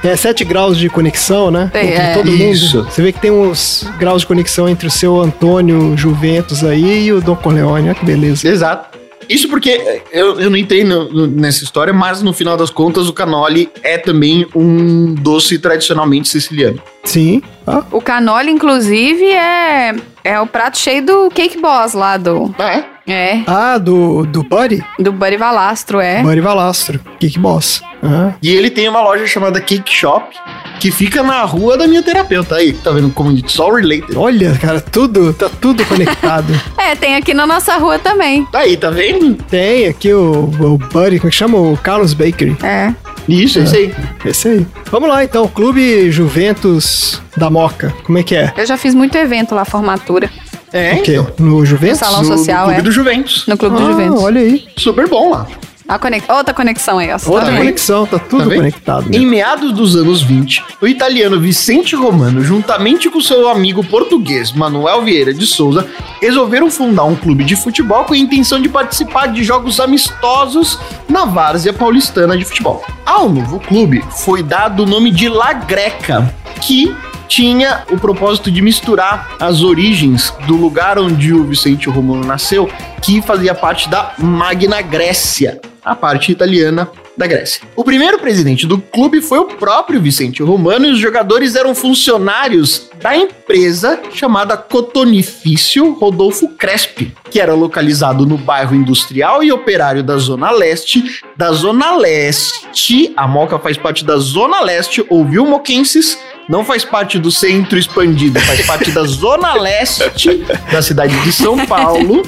C: É, sete graus de conexão, né?
E: Tem,
C: Entre
E: é.
C: todo mundo.
B: Isso.
C: Você vê que tem uns graus de conexão entre o seu Antônio Juventus aí e o Dom Corleone. Olha que beleza.
B: Exato. Isso porque eh, eu, eu não entrei no- no- nessa história, mas no final das contas o Canoli é também um doce tradicionalmente siciliano.
C: Sim. Ah,
E: O canole, inclusive, é, é o prato cheio do Cake Boss lá do.
B: Ah, é?
E: É,
C: ah, do, do Buddy?
E: do Buddy Valastro, é.
C: Buddy Valastro. Kick Boss. Ah,
B: E ele tem uma loja chamada Cake Shop, que fica na rua da minha terapeuta. Aí, tá vendo como it's all related.
C: Olha, cara, tudo. Tá tudo conectado.
E: É, tem aqui na nossa rua também.
B: Aí, tá vendo?
C: tem aqui o, o Buddy, como é que chama? O Carlos Bakery.
E: É.
B: Isso, é isso aí.
C: Esse aí. Vamos lá, então. Clube Juventus da Moca. Como é que é?
E: Eu já fiz muito evento lá, formatura,
B: É,
C: O quê? No Juventus?
E: No salão
B: do- do
E: social,
B: Clube
E: é.
B: do Juventus.
E: no Clube do
C: Ah,
E: Juventus.
C: Olha aí.
B: Super bom lá.
E: A conex- Outra conexão aí, ó. você tá
C: Outra
E: vendo?
C: conexão, tá tudo
B: Tá vendo?
C: conectado. né?
B: Em meados dos anos 20, o italiano Vicente Romano, juntamente com seu amigo português Manuel Vieira de Souza, resolveram fundar um clube de futebol com a intenção de participar de jogos amistosos na várzea paulistana de futebol. Ao novo clube foi dado o nome de La Greca, que tinha o propósito de misturar as origens do lugar onde o Vicente Romano nasceu, que fazia parte da Magna Grécia, a parte italiana da Grécia. O primeiro presidente do clube foi o próprio Vicente Romano e os jogadores eram funcionários da empresa chamada Cotonifício Rodolfo Crespi, que era localizado no bairro industrial e operário da Zona Leste. Da Zona Leste, a Moca faz parte da Zona Leste, ouviu, Moquenses? Não faz parte do centro expandido, faz parte da Zona Leste da cidade de São Paulo.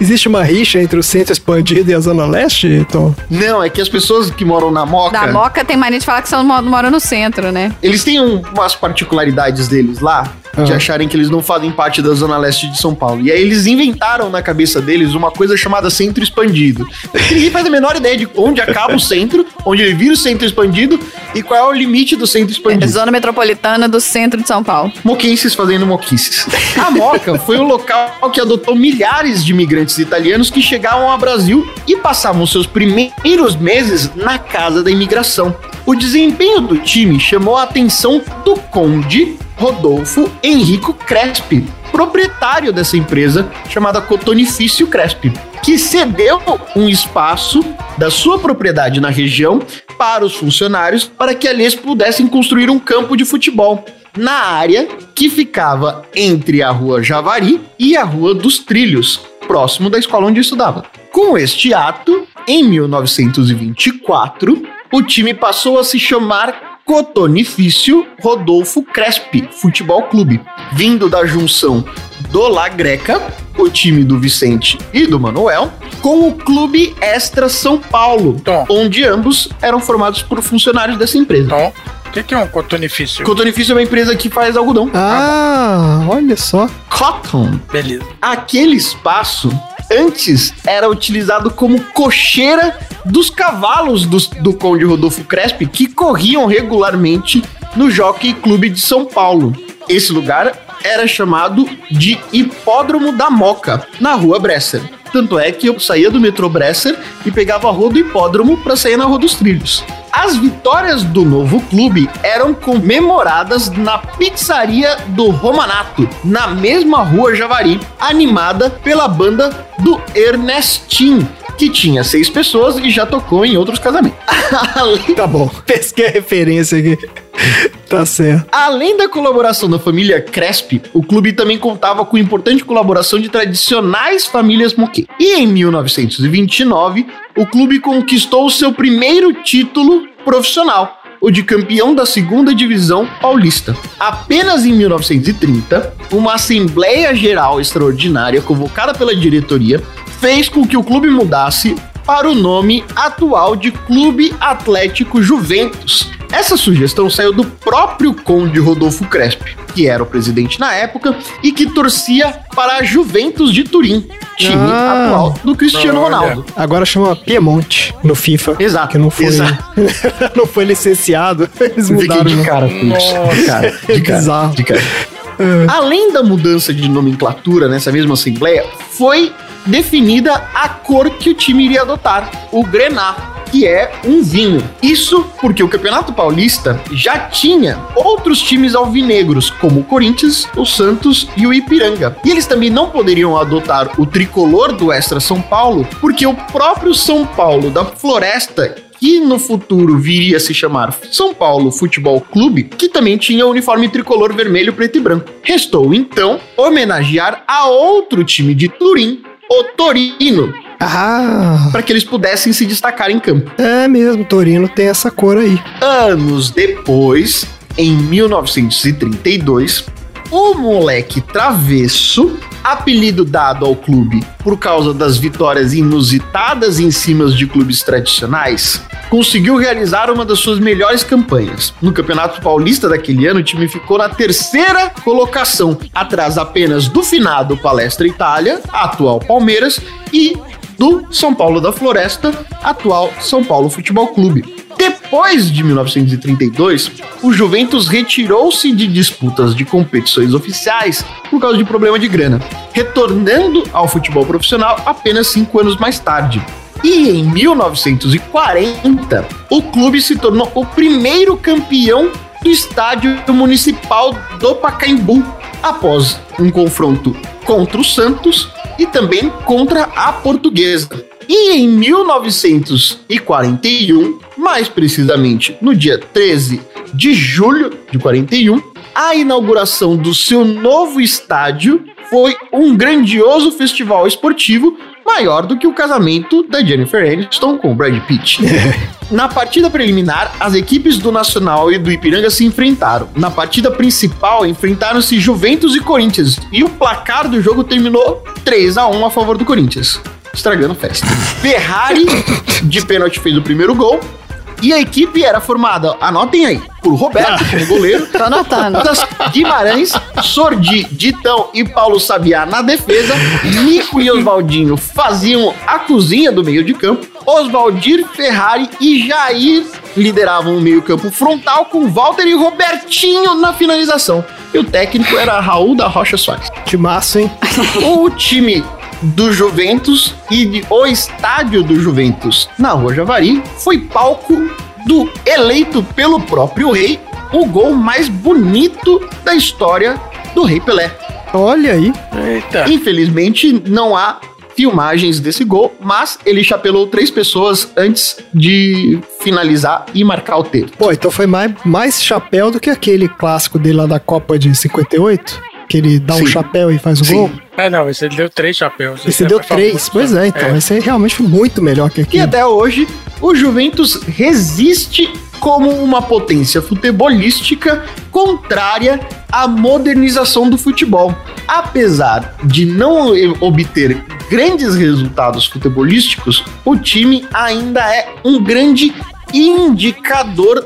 C: Existe uma rixa entre o centro expandido e a Zona Leste, Tom?
B: Não, é que as pessoas que moram na Moca.
E: Da Moca tem mania de falar que são, mo- moram no centro, né?
B: Eles têm um- umas particularidades deles lá, de
C: Ah.
B: acharem que eles não fazem parte da Zona Leste de São Paulo. E aí eles inventaram na cabeça deles uma coisa chamada centro expandido. Que Ninguém faz a menor ideia de onde acaba o centro, onde ele vira o centro expandido e qual é o limite do centro
E: É
B: expandido.
E: Zona metropolitana do centro de São Paulo.
B: Moquenses fazendo moquices. A Moca foi o local que adotou milhares de imigrantes italianos que chegavam ao Brasil e passavam seus primeiros meses na casa da imigração. O desempenho do time chamou a atenção do conde Rodolfo Henrico Crespi, proprietário dessa empresa chamada Cotonifício Crespi, que cedeu um espaço da sua propriedade na região para os funcionários para que ali eles pudessem construir um campo de futebol na área que ficava entre a Rua Javari e a Rua dos Trilhos, próximo da escola onde eu estudava. Com este ato, em 1924, o time passou a se chamar Cotonifício Rodolfo Crespi Futebol Clube, vindo da junção do La Greca, o time do Vicente e do Manuel, com o Clube Extra São Paulo,
D: Tom.
B: onde ambos eram formados por funcionários dessa empresa.
D: Então, o que, que é um cotonifício?
B: Cotonifício é uma empresa que faz algodão.
C: Ah, olha só.
B: Cotton.
D: Beleza.
B: Aquele espaço antes era utilizado como cocheira dos cavalos dos- do, Conde Rodolfo Crespi que corriam regularmente no Jockey Clube de São Paulo. Esse lugar era chamado de Hipódromo da Moca, na Rua Bresser. Tanto é que eu saía do metrô Bresser e pegava a rua do hipódromo para sair na Rua dos Trilhos. As vitórias do novo clube eram comemoradas na pizzaria do Romanato, na mesma rua Javari, animada pela banda do Ernestin, que tinha seis pessoas e já tocou em outros casamentos. Além
C: Tá bom. Pesquei a referência aqui. Tá certo.
B: Além da colaboração da família Crespi, o clube também contava com importante colaboração de tradicionais famílias Moquet. E em 1929, o clube conquistou o seu primeiro título profissional, o de campeão da segunda divisão paulista. Apenas em 1930, uma Assembleia Geral Extraordinária convocada pela diretoria fez com que o clube mudasse para o nome atual de Clube Atlético Juventus. Essa sugestão saiu do próprio Conde Rodolfo Crespi, que era o presidente na época e que torcia para a Juventus de Turim, time
C: Ah.
B: atual do Cristiano
D: Olha.
B: Ronaldo.
C: Agora chama Piemonte no FIFA.
B: Exato,
C: Que não foi,
B: exato.
C: não foi licenciado. Eles
B: Fiquei
C: mudaram.
B: de
C: né?
B: cara com isso. De cara, de cara,
C: Bizarro.
B: de cara. Além da mudança de nomenclatura nessa mesma assembleia, foi definida a cor que o time iria adotar, o grená, que é um vinho. Isso porque o Campeonato Paulista já tinha outros times alvinegros, como o Corinthians, o Santos e o Ipiranga. E eles também não poderiam adotar o tricolor do Extra São Paulo, porque o próprio São Paulo da Floresta que no futuro viria a se chamar São Paulo Futebol Clube, que também tinha o uniforme tricolor vermelho, preto e branco. Restou então homenagear a outro time de Turim, o Torino,
C: Ah,
B: para que eles pudessem se destacar em campo.
C: é mesmo. Torino tem essa cor aí.
B: Anos depois, em 1932, o moleque travesso, apelido dado ao clube por causa das vitórias inusitadas em cima de clubes tradicionais, conseguiu realizar uma das suas melhores campanhas. No Campeonato Paulista daquele ano, o time ficou na terceira colocação, atrás apenas do finado Palestra Itália, atual Palmeiras, e do São Paulo da Floresta, atual São Paulo Futebol Clube. Depois de 1932, o Juventus retirou-se de disputas de competições oficiais por causa de problema de grana, retornando ao futebol profissional apenas cinco anos mais tarde. E em 1940, o clube se tornou o primeiro campeão do estádio municipal do Pacaembu, após um confronto contra o Santos e também contra a Portuguesa. E em 1941, mais precisamente no dia 13 de julho de 41, a inauguração do seu novo estádio foi um grandioso festival esportivo maior do que o casamento da Jennifer Aniston com o Brad Pitt. Na partida preliminar, as equipes do Nacional e do Ipiranga se enfrentaram. Na partida principal, enfrentaram-se Juventus e Corinthians, e o placar do jogo terminou 3 a 1 a favor do Corinthians, estragando a festa. Ferrari, de pênalti, fez o primeiro gol, e a equipe era formada, anotem aí, por Roberto, como goleiro,
E: Tô anotando.
B: Dantas, Guimarães, Sordi, Ditão e Paulo Sabiá na defesa. Nico e Oswaldinho faziam a cozinha do meio de campo. Oswaldir, Ferrari e Jair lideravam o meio-campo frontal com Walter e Robertinho na finalização. E o técnico era Raul da Rocha Soares.
C: Que massa, hein?
B: O time do Juventus e de- o estádio do Juventus na Rua Javari foi palco do eleito pelo próprio rei o gol mais bonito da história do Rei Pelé.
C: Olha aí.
D: Eita.
B: Infelizmente, não há filmagens desse gol, mas ele chapelou três pessoas antes de finalizar e marcar o terço.
C: Pô, então foi mais, mais chapéu do que aquele clássico dele lá da Copa de 58? Que ele dá um
B: Sim.
C: chapéu e faz o
B: Sim.
C: gol?
D: Ah, não, esse deu três chapéus.
C: Esse
D: é
C: deu
D: mais famoso.
C: três. Pois é, então. Esse aí realmente foi muito melhor
B: E
C: que aquele.
B: até hoje, o Juventus resiste como uma potência futebolística contrária à modernização do futebol. Apesar de não e- obter grandes resultados futebolísticos, o time ainda é um grande indicador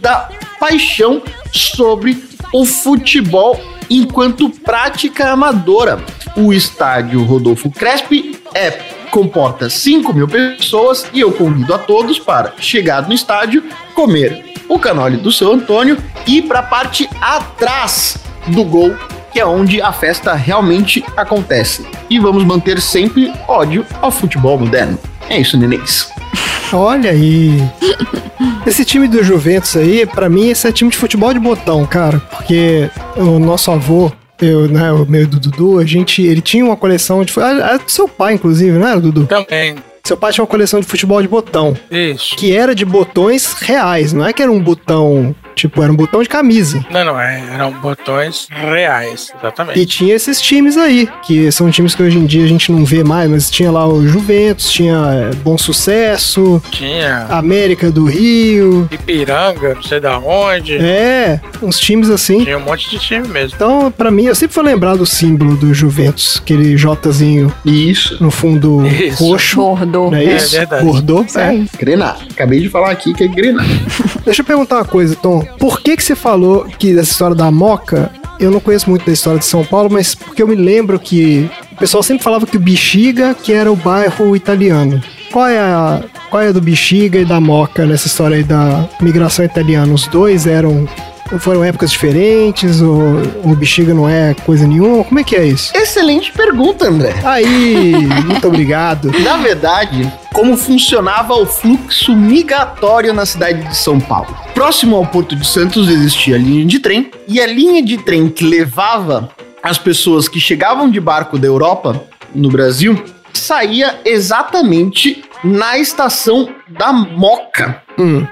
B: da paixão sobre o futebol enquanto prática amadora. O estádio Rodolfo Crespi é comporta 5 mil pessoas e eu convido a todos para chegar no estádio, comer o canole do seu Antônio e ir para a parte atrás do gol, que é onde a festa realmente acontece. E vamos manter sempre ódio ao futebol moderno. É isso, nenês.
C: Olha aí. Esse time do Juventus aí, pra mim, esse é time de futebol de botão, cara. Porque o nosso avô, eu, né, o meu e do Dudu, a gente, ele tinha uma coleção de. fu- Ah, ah, do seu pai, inclusive, né, Dudu?
D: Também.
C: Seu pai tinha uma coleção de futebol de botão.
D: Isso.
C: Que era de botões reais, não é que era um botão. Tipo, era um botão de camisa.
D: Não, não, é, eram botões reais. Exatamente.
C: E tinha esses times aí, que são times que hoje em dia a gente não vê mais, mas tinha lá o Juventus, tinha eh, Bom Sucesso,
D: Tinha
C: América do Rio.
D: Ipiranga, não sei da onde.
C: É, uns times assim.
D: Tinha um monte de time mesmo.
C: Então, pra mim, eu sempre vou lembrar do símbolo do Juventus, aquele Jzinho
B: Isso.
C: no fundo
D: Isso.
C: roxo.
E: Bordeaux.
C: Não é
D: É
C: isso?
D: verdade.
C: Bordô? É.
B: Grenar. Acabei de falar aqui que é grenar.
C: Deixa eu perguntar uma coisa, Tom. Por que que você falou que dessa história da Moca? Eu não conheço muito da história de São Paulo, mas porque eu me lembro que o pessoal sempre falava que o Bexiga que era o bairro italiano. Qual é a qual é a do Bexiga e da Moca nessa história aí da migração italiana? Os dois eram foram épocas diferentes ou o Bexiga não é coisa nenhuma? Como é que é isso?
B: Excelente pergunta, André.
C: Aí, muito obrigado.
B: Na verdade, como funcionava o fluxo migratório na cidade de São Paulo. Próximo ao Porto de Santos existia a linha de trem, e a linha de trem que levava as pessoas que chegavam de barco da Europa no Brasil saía exatamente na estação da Moca.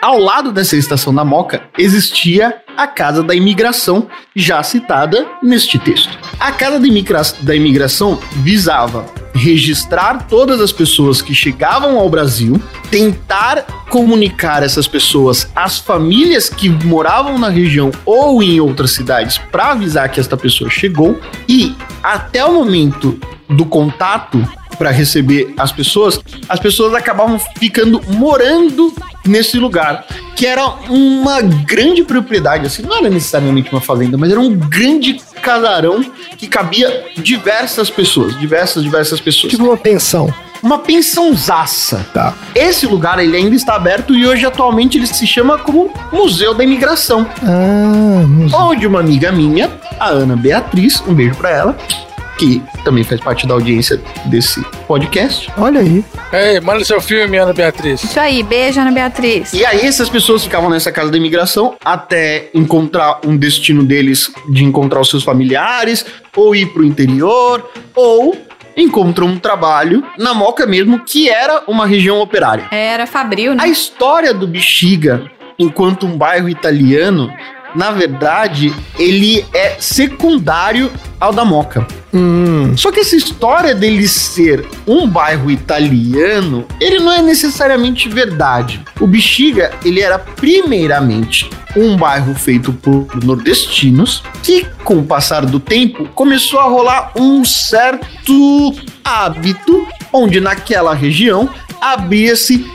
B: Ao lado dessa estação da Moca existia a Casa da Imigração, já citada neste texto. A Casa da, Imigra- da Imigração visava registrar todas as pessoas que chegavam ao Brasil, tentar comunicar essas pessoas às famílias que moravam na região ou em outras cidades para avisar que esta pessoa chegou e até o momento do contato para receber as pessoas, as pessoas acabavam ficando morando nesse lugar, que era uma grande propriedade, assim, não era necessariamente uma fazenda, mas era um grande casarão que cabia diversas pessoas, diversas, diversas pessoas.
C: Tipo uma pensão.
B: Uma pensãozaça.
C: Tá.
B: Esse lugar ele ainda está aberto e hoje atualmente ele se chama como Museu da Imigração
C: Ah, museu.
B: onde uma amiga minha, a Ana Beatriz, um beijo pra ela, que também faz parte da audiência desse podcast.
C: olha aí.
D: Ei, manda seu filme, Ana Beatriz.
E: É. Isso aí, beijo, Ana Beatriz.
B: E aí essas pessoas ficavam nessa casa da imigração até encontrar um destino deles de encontrar os seus familiares, ou ir pro interior, ou encontra um trabalho na Moca mesmo, que era uma região operária.
E: Era Fabril,
B: A
E: né?
B: história do Bexiga, enquanto um bairro italiano, na verdade, ele é secundário ao da Moca.
C: Hum,
B: Só que essa história dele ser um bairro italiano, ele não é necessariamente verdade. O Bexiga, ele era primeiramente um bairro feito por nordestinos, que com o passar do tempo começou a rolar um certo hábito, onde naquela região abria-se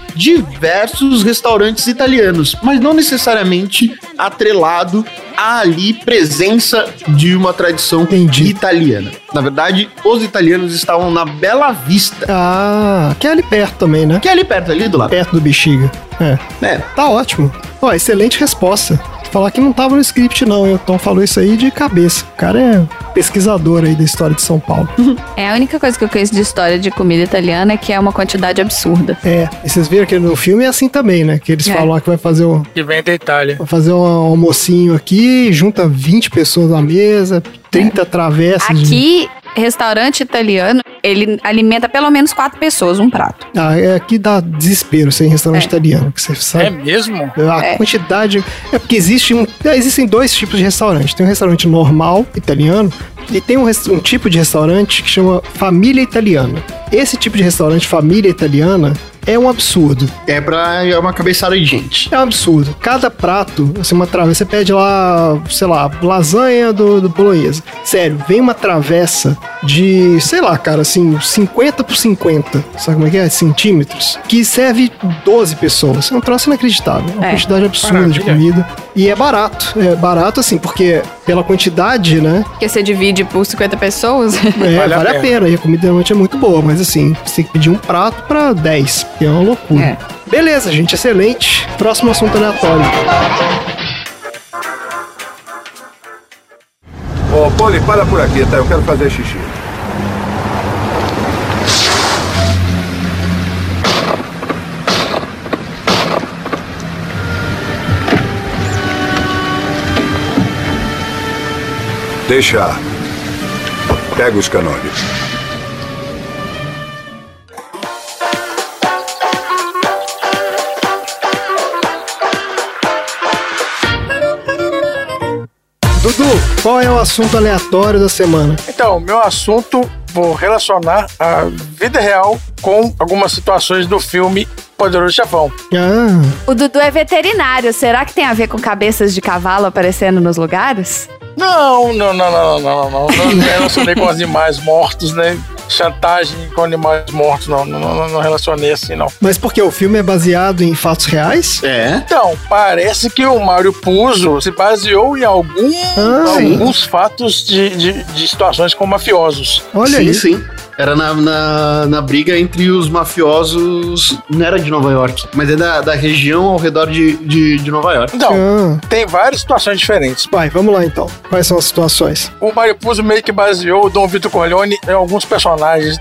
B: diversos restaurantes italianos, mas não necessariamente atrelado à ali presença de uma tradição
C: Entendi.
B: italiana. Na verdade, os italianos estavam na Bela Vista,
C: ah, que é ali perto também, né?
B: que é ali perto, ali do lado.
C: Perto do bexiga. É.
B: É,
C: Tá ótimo. Ó, excelente resposta. Falar que não tava no script, não, hein? O Tom falou isso aí de cabeça. O cara é pesquisador aí da história de São Paulo.
E: É, a única coisa que eu conheço de história de comida italiana é que é uma quantidade absurda.
C: É, e vocês viram que no filme é assim também, né? Que eles
E: É.
C: falam lá que vai fazer um,
D: Que vem da Itália.
C: vai fazer um almocinho aqui, junta 20 pessoas na mesa, 30 travessas. de-
E: É. Aqui, restaurante italiano, ele alimenta pelo menos quatro pessoas um prato.
C: Ah, é, aqui dá desespero ser em restaurante
E: É.
C: italiano, que você sabe.
D: É mesmo?
C: A quantidade. É porque existe um. é, Existem dois tipos de restaurante. Tem um restaurante normal, italiano, e tem um, res- um tipo de restaurante que chama família italiana. Esse tipo de restaurante, família italiana, é um absurdo.
B: é pra é uma cabeçada de gente.
C: É um absurdo. Cada prato, assim, uma travessa. Você pede lá, sei lá, lasanha do, do bolonhesa. Sério, vem uma travessa de, sei lá, cara, assim, 50 por 50. Sabe como é que é? Centímetros. Que serve 12 pessoas. É um troço inacreditável. É uma
E: É.
C: quantidade absurda de
D: Maravilha.
C: comida. E é barato. É barato, assim, porque pela quantidade, né?
E: Porque você divide por 50 pessoas.
C: É, vale,
D: Vale a
C: a, pena. E a comida realmente é muito boa. Mas, assim, você tem que pedir um prato pra 10. Que é uma loucura.
E: É.
C: Beleza, gente. Excelente. Próximo assunto aleatório.
G: Ô, Poli, para por aqui, tá? Eu quero fazer xixi. Deixa. Pega os canônicos.
C: Dudu, qual é o assunto aleatório da semana?
D: Então, meu assunto vou relacionar a vida real com algumas situações do filme Poderoso Chefão.
C: Ah,
E: o Dudu é veterinário. Será que tem a ver com cabeças de cavalo aparecendo nos lugares?
D: Não, não, não, não, não, não, não. Não não relacionei com animais mortos, né? Chantagem com animais mortos, não, não, não, não relacionei assim, não.
C: mas porque o filme é baseado em fatos reais?
B: É.
D: Então, parece que o Mário Puzo se baseou em algum,
C: Ah, sim.
D: alguns fatos de, de, de situações com mafiosos.
C: Olha
B: sim,
C: aí.
B: sim. Era na, na, na briga entre os mafiosos. Não era de Nova York, mas é da, da região ao redor de, de, de Nova York.
D: Então,
C: Ah,
D: tem várias situações diferentes.
C: vai, vamos lá então. Quais são as situações?
D: O Mario Puzo meio que baseou o Dom Vitor Corleone em alguns personagens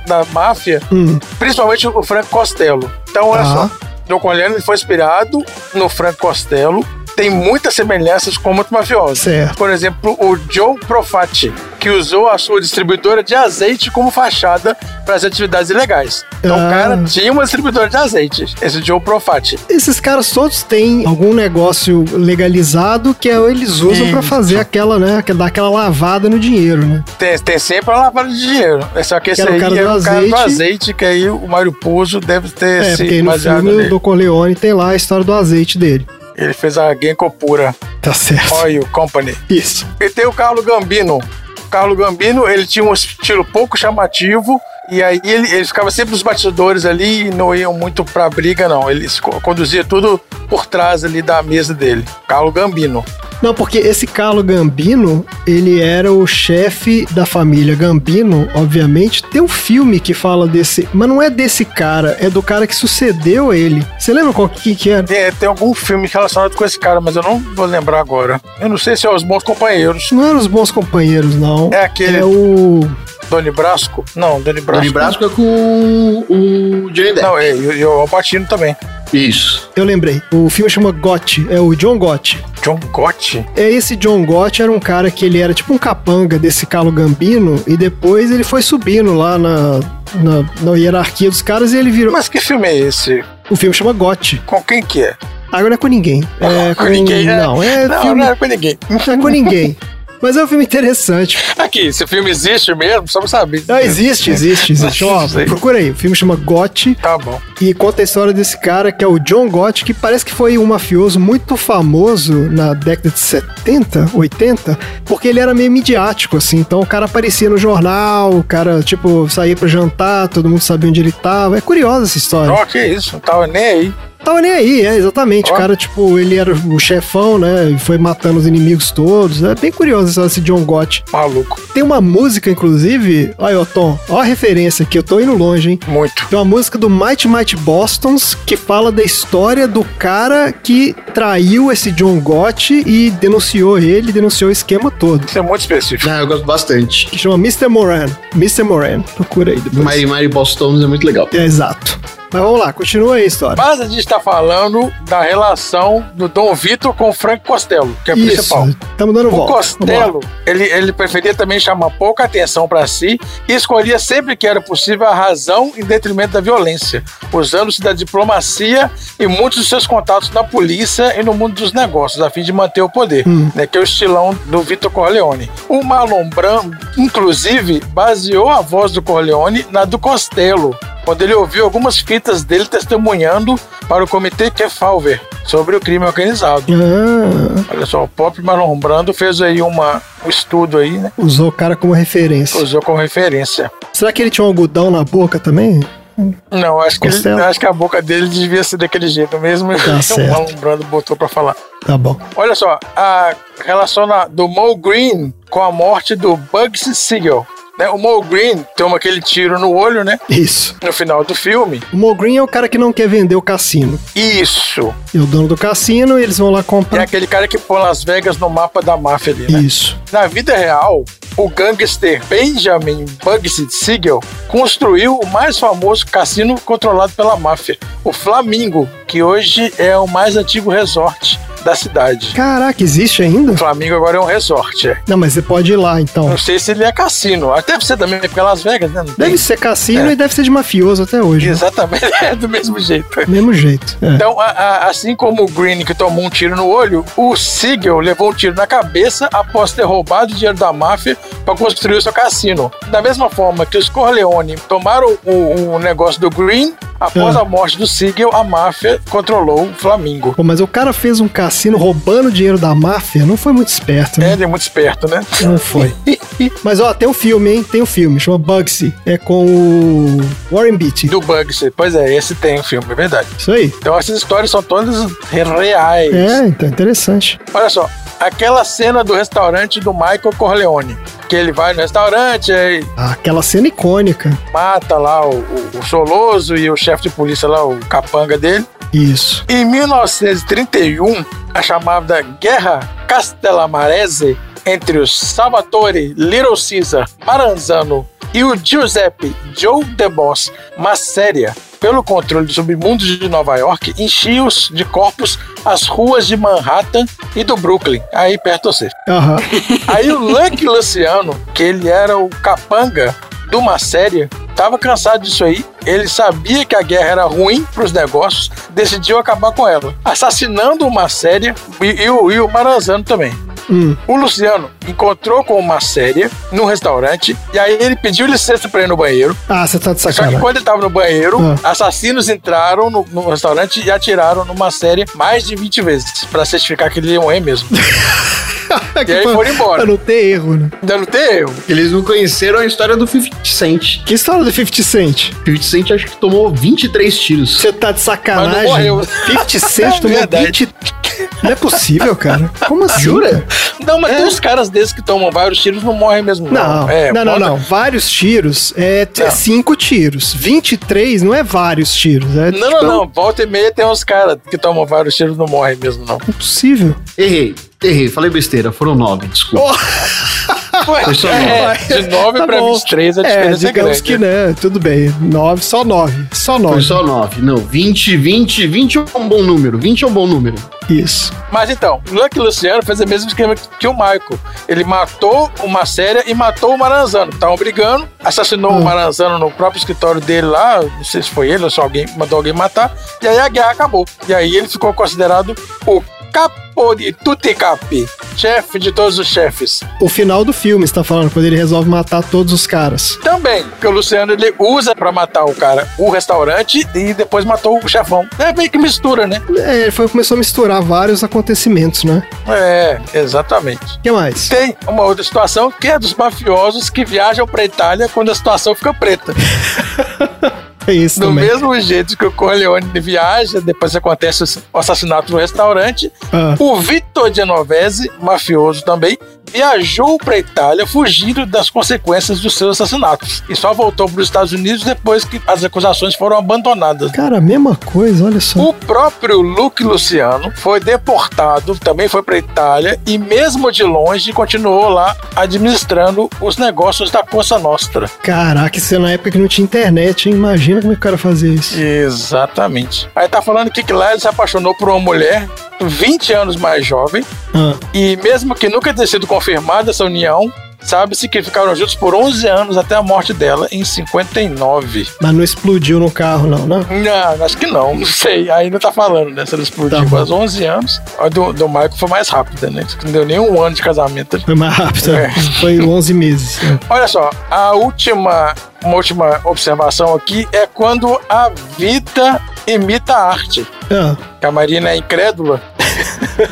D: da máfia,
C: Hum.
D: principalmente o Frank Costello. Então, olha
C: Tá.
D: só. Don Corleone foi inspirado no Frank Costello. Tem muitas semelhanças com muitos mafiosos.
C: Certo.
D: Por exemplo, o Joe Profati, que usou a sua distribuidora de azeite como fachada para as atividades ilegais. Então,
C: Ah.
D: o cara tinha uma distribuidora de azeite, esse Joe Profati.
C: Esses caras todos têm algum negócio legalizado que é- eles usam pra fazer aquela, né? que Dar aquela lavada no dinheiro, né?
D: Tem, tem sempre a lavada de dinheiro. É Só que esse
C: era o
D: aí
C: cara
D: é
C: do
D: o cara
C: azeite.
D: do azeite, que aí o Mário Puzo deve ter
C: É, porque
D: se
C: aí no
D: baseado
C: filme
D: nele.
C: do Corleone tem lá a história do azeite dele.
D: Ele fez a Genkopura
C: Tá certo.
D: Oil Company.
C: Isso.
D: E tem o Carlo Gambino. O Carlo Gambino, ele tinha um estilo pouco chamativo. E aí ele, ele ficava sempre nos batidores ali e não iam muito pra briga, não. Ele se co- conduzia tudo por trás ali da mesa dele. Carlo Gambino.
C: Não, porque esse Carlo Gambino, ele era o chefe da família Gambino, obviamente. Tem um filme que fala desse, mas não é desse cara, é do cara que sucedeu ele. Você lembra qual que, que era?
D: É, Tem, tem algum filme relacionado com esse cara, mas eu não vou lembrar agora. Eu não sei se é Os Bons Companheiros.
C: Não eram os bons companheiros, não.
D: É aquele-
C: É o.
D: Doni Brasco? Não, Doni Brasco.
B: Doni Brasco é com o Johnny Depp.
D: Não, é, e o e o Alpatino também.
B: Isso.
C: Eu lembrei. O filme chama Gotti, é o John Gotti.
D: John Gotti?
C: É esse John Gotti era um cara que ele era tipo um capanga desse Calo Gambino e depois ele foi subindo lá na, na, na hierarquia dos caras e ele virou.
D: Mas que filme é esse?
C: O filme chama Gotti.
D: Com quem que é?
C: Agora não é com ninguém. É com, ninguém.
D: né?
C: Não, é
D: não,
C: filme.
D: não
C: Não
D: era com ninguém.
C: é com ninguém. Mas é um filme interessante.
D: Aqui, esse filme existe mesmo? Só pra saber.
C: Não, existe, existe, existe. Ó,
D: Sei.
C: procura aí. O filme chama Gotti.
D: Tá bom.
C: E conta a história desse cara que é o John Gotti, que parece que foi um mafioso muito famoso na década de 70, 80, porque ele era meio midiático, assim. Então o cara aparecia no jornal, o cara, tipo, saía pra jantar, todo mundo sabia onde ele tava. É curiosa essa história.
D: Ó, que isso, não tava nem aí.
C: Tava nem aí, é, exatamente.
D: Ó.
C: O cara, tipo, ele era o chefão, né? E foi matando os inimigos todos. É bem curioso essa- esse John Gotti.
D: Maluco,
C: Tem uma música, inclusive. Olha, ó, Tom, ó a referência aqui, eu tô indo longe, hein?
D: muito.
C: Tem uma música do Mighty Mighty Bostons que fala da história do cara que traiu esse John Gotti e denunciou ele, denunciou o esquema todo.
D: Isso é muito específico.
B: Ah, eu gosto bastante.
C: Que chama Mr. Moran. Mr. Moran. Procura aí depois.
B: Mary Mary Boston é muito legal.
C: É, exato. Mas vamos lá, continua aí a história.
D: Mas a gente tá falando da relação do Dom Vitor com o Frank Costello, que é o principal.
C: Estamos dando
D: O
C: volta. Vamos
D: Costello, ele, ele preferia também chamar pouca atenção para si e escolhia sempre que era possível a razão em detrimento da violência, usando-se da diplomacia e muitos dos seus contatos na polícia e no mundo dos negócios, a fim de manter o poder, né, que é o estilão do Vitor Corleone. O Marlon Brando, inclusive, baseou a voz do Corleone na do Costello, quando ele ouviu algumas fitas dele testemunhando para o comitê Kefauver sobre o crime organizado.
C: lá. Ah,
D: Olha só, o Pop Marlon Brando fez aí uma, um estudo aí, né?
C: usou o cara como referência.
D: Usou como referência.
C: Será que ele tinha um algodão na boca também?
D: Não, acho que, ele-
C: Costello.
D: acho que a boca dele devia ser daquele jeito mesmo. o
C: certo.
D: Marlon Brando botou pra falar.
C: Tá bom.
D: Olha só, a relação na- do Mo Green com a morte do Bugsy Siegel. né? O Mo Green toma aquele tiro no olho, né?
C: Isso.
D: No final do filme.
C: O Mo Green é o cara que não quer vender o cassino.
D: Isso.
C: É o dono do cassino e eles vão lá
D: É
C: comprar.
D: aquele cara que põe Las Vegas no mapa da máfia ali, né?
C: Isso.
D: Na vida real, o gangster Benjamin Bugsy Siegel construiu o mais famoso cassino controlado pela máfia, o Flamingo, que hoje é o mais antigo resort da cidade.
C: Caraca, existe ainda?
D: O Flamingo agora é um resort, é.
C: Não, mas você pode ir lá então.
D: Não sei se ele é cassino. Até deve ser também, porque é Las Vegas, né? Não tem-
C: Deve ser cassino
D: É.
C: e deve ser de mafioso até hoje. né?
D: Exatamente, é do mesmo jeito.
C: Mesmo jeito. É.
D: Então, a- a- assim como o Green que tomou um tiro no olho, o Siegel levou um tiro na cabeça após ter roubado o dinheiro da máfia para construir o seu cassino. Da mesma forma que os Corleone tomaram o, o negócio do Green, após
C: Ah.
D: a morte do Siegel, a máfia controlou o Flamengo.
C: Pô, mas o cara fez um cassino roubando dinheiro da máfia? Não foi muito esperto,
D: É,
C: né?
D: ele é muito esperto, né?
C: Não foi. mas ó, tem um filme, hein? Tem um filme, chama Bugsy. É com o Warren Beatty.
D: Do Bugsy. Pois é, esse tem o filme, é verdade.
C: Isso aí.
D: Então essas histórias são todas reais.
C: É, então interessante.
D: Olha só, aquela cena do restaurante do Michael Corleone. Que ele vai no restaurante, aí
C: Ah, aquela cena icônica.
D: mata lá o, o, o Soloso e o chefe de polícia lá, o capanga dele.
C: Isso.
D: Em 1931, a chamada Guerra Castellamarese entre os Salvatore Little Caesar Maranzano e o Giuseppe Joe De Boss Masseria pelo controle do submundo de Nova York enchiam-os de corpos as ruas de Manhattan e do Brooklyn, aí perto de você.
C: Aham.
D: Aí o Lucky Luciano, que ele era o capanga de uma série, tava cansado disso aí. Ele sabia que a guerra era ruim pros negócios, decidiu acabar com ela, assassinando uma série e, e o, e o Maranzano também.
C: Hum.
D: O Luciano encontrou com uma série num restaurante e aí ele pediu licença pra ir no banheiro.
C: Ah, você tá de
D: Só que
C: sacanagem.
D: quando ele tava no banheiro,
C: Ah.
D: assassinos entraram no, no restaurante e atiraram numa série mais de 20 vezes pra certificar que ele ia morrer mesmo.
C: Que
D: aí
C: pra-
D: foram embora.
C: Pra não ter erro, né?
D: Ainda não tem erro.
B: Eles não conheceram a história do 50 Cent.
C: Que história do 50 Cent?
B: 50 Cent acho que tomou 23 tiros.
C: Você tá de sacanagem.
D: Mas não morreu. É
C: 50 Cent tomou
D: Verdade.
C: 20. Não é possível, cara. Como assim? Jura?
D: Não, mas tem uns caras desses que tomam vários tiros e não morrem mesmo.
C: É. Não,
D: É,
C: não, não,
D: bota-
C: não. Vários tiros é, t- é
D: Não.
C: cinco tiros. 23 não é vários tiros. É
D: Não,
C: tipo,
D: não, não. Volta e meia tem uns caras que tomam vários tiros e não morrem mesmo, não.
C: impossível.
B: Errei, errei, falei besteira, foram nove, desculpa.
D: Pois é, de 9
C: Tá
D: pra
C: bom.
D: 23 a
C: É,
D: diferença é,
C: digamos
D: grande.
C: que né, tudo bem. 9, só 9. Só
B: Foi
C: 9.
B: só 9. Não, 20, 20, 20 é um bom número. 20 é um bom número.
C: Isso.
D: Mas então, Lucky Luciano fez o mesmo esquema que o Michael. Ele matou o Macéria e matou o Maranzano. Estavam brigando, assassinou o Maranzano no próprio escritório dele lá. Não sei se foi ele ou se alguém mandou alguém matar. E aí a guerra acabou. E aí ele ficou considerado o capo de tutti capi, chefe de todos os chefes.
C: O final do filme, você tá falando, quando ele resolve matar todos os caras.
D: Também, porque o Luciano ele usa pra matar o cara o restaurante e depois matou o chefão. É meio que mistura, né?
C: É, ele foi, começou a misturar vários acontecimentos, né?
D: É, exatamente.
C: O que mais?
D: Tem uma outra situação que é dos mafiosos que viajam pra Itália quando a situação fica preta.
C: É isso
D: Do
C: também.
D: mesmo jeito que o Corleone viaja, depois acontece o assassinato no restaurante.
C: Ah.
D: O Vitor Genovese, mafioso também, viajou pra Itália fugindo das consequências dos seus assassinatos. E só voltou para os Estados Unidos depois que as acusações foram abandonadas.
C: Cara, a mesma coisa, olha só.
D: O próprio Luke Luciano foi deportado, também foi para Itália e mesmo de longe continuou lá administrando os negócios da Cosa Nostra.
C: Caraca, isso é na época que não tinha internet, hein? Imagina como é que o cara fazia isso.
D: Exatamente. Aí tá falando que lá ele se apaixonou por uma mulher 20 anos mais jovem
C: Ah,
D: e mesmo que nunca tenha sido confirmada essa união, sabe-se que ficaram juntos por 11 anos até a morte dela em 59.
C: mas não explodiu no carro, não, né?
D: Não, acho que não, não sei. Ainda tá falando, né? Se ela explodiu
C: Tá bom.
D: aos 11 anos. A do, do Michael foi mais rápida, né? Não deu nem um ano de casamento.
C: Foi mais rápido.
D: É.
C: Foi 11 meses.
D: Olha só, a última, uma última observação aqui é quando a vida imita a arte.
C: Ah,
D: Que a Marina é incrédula.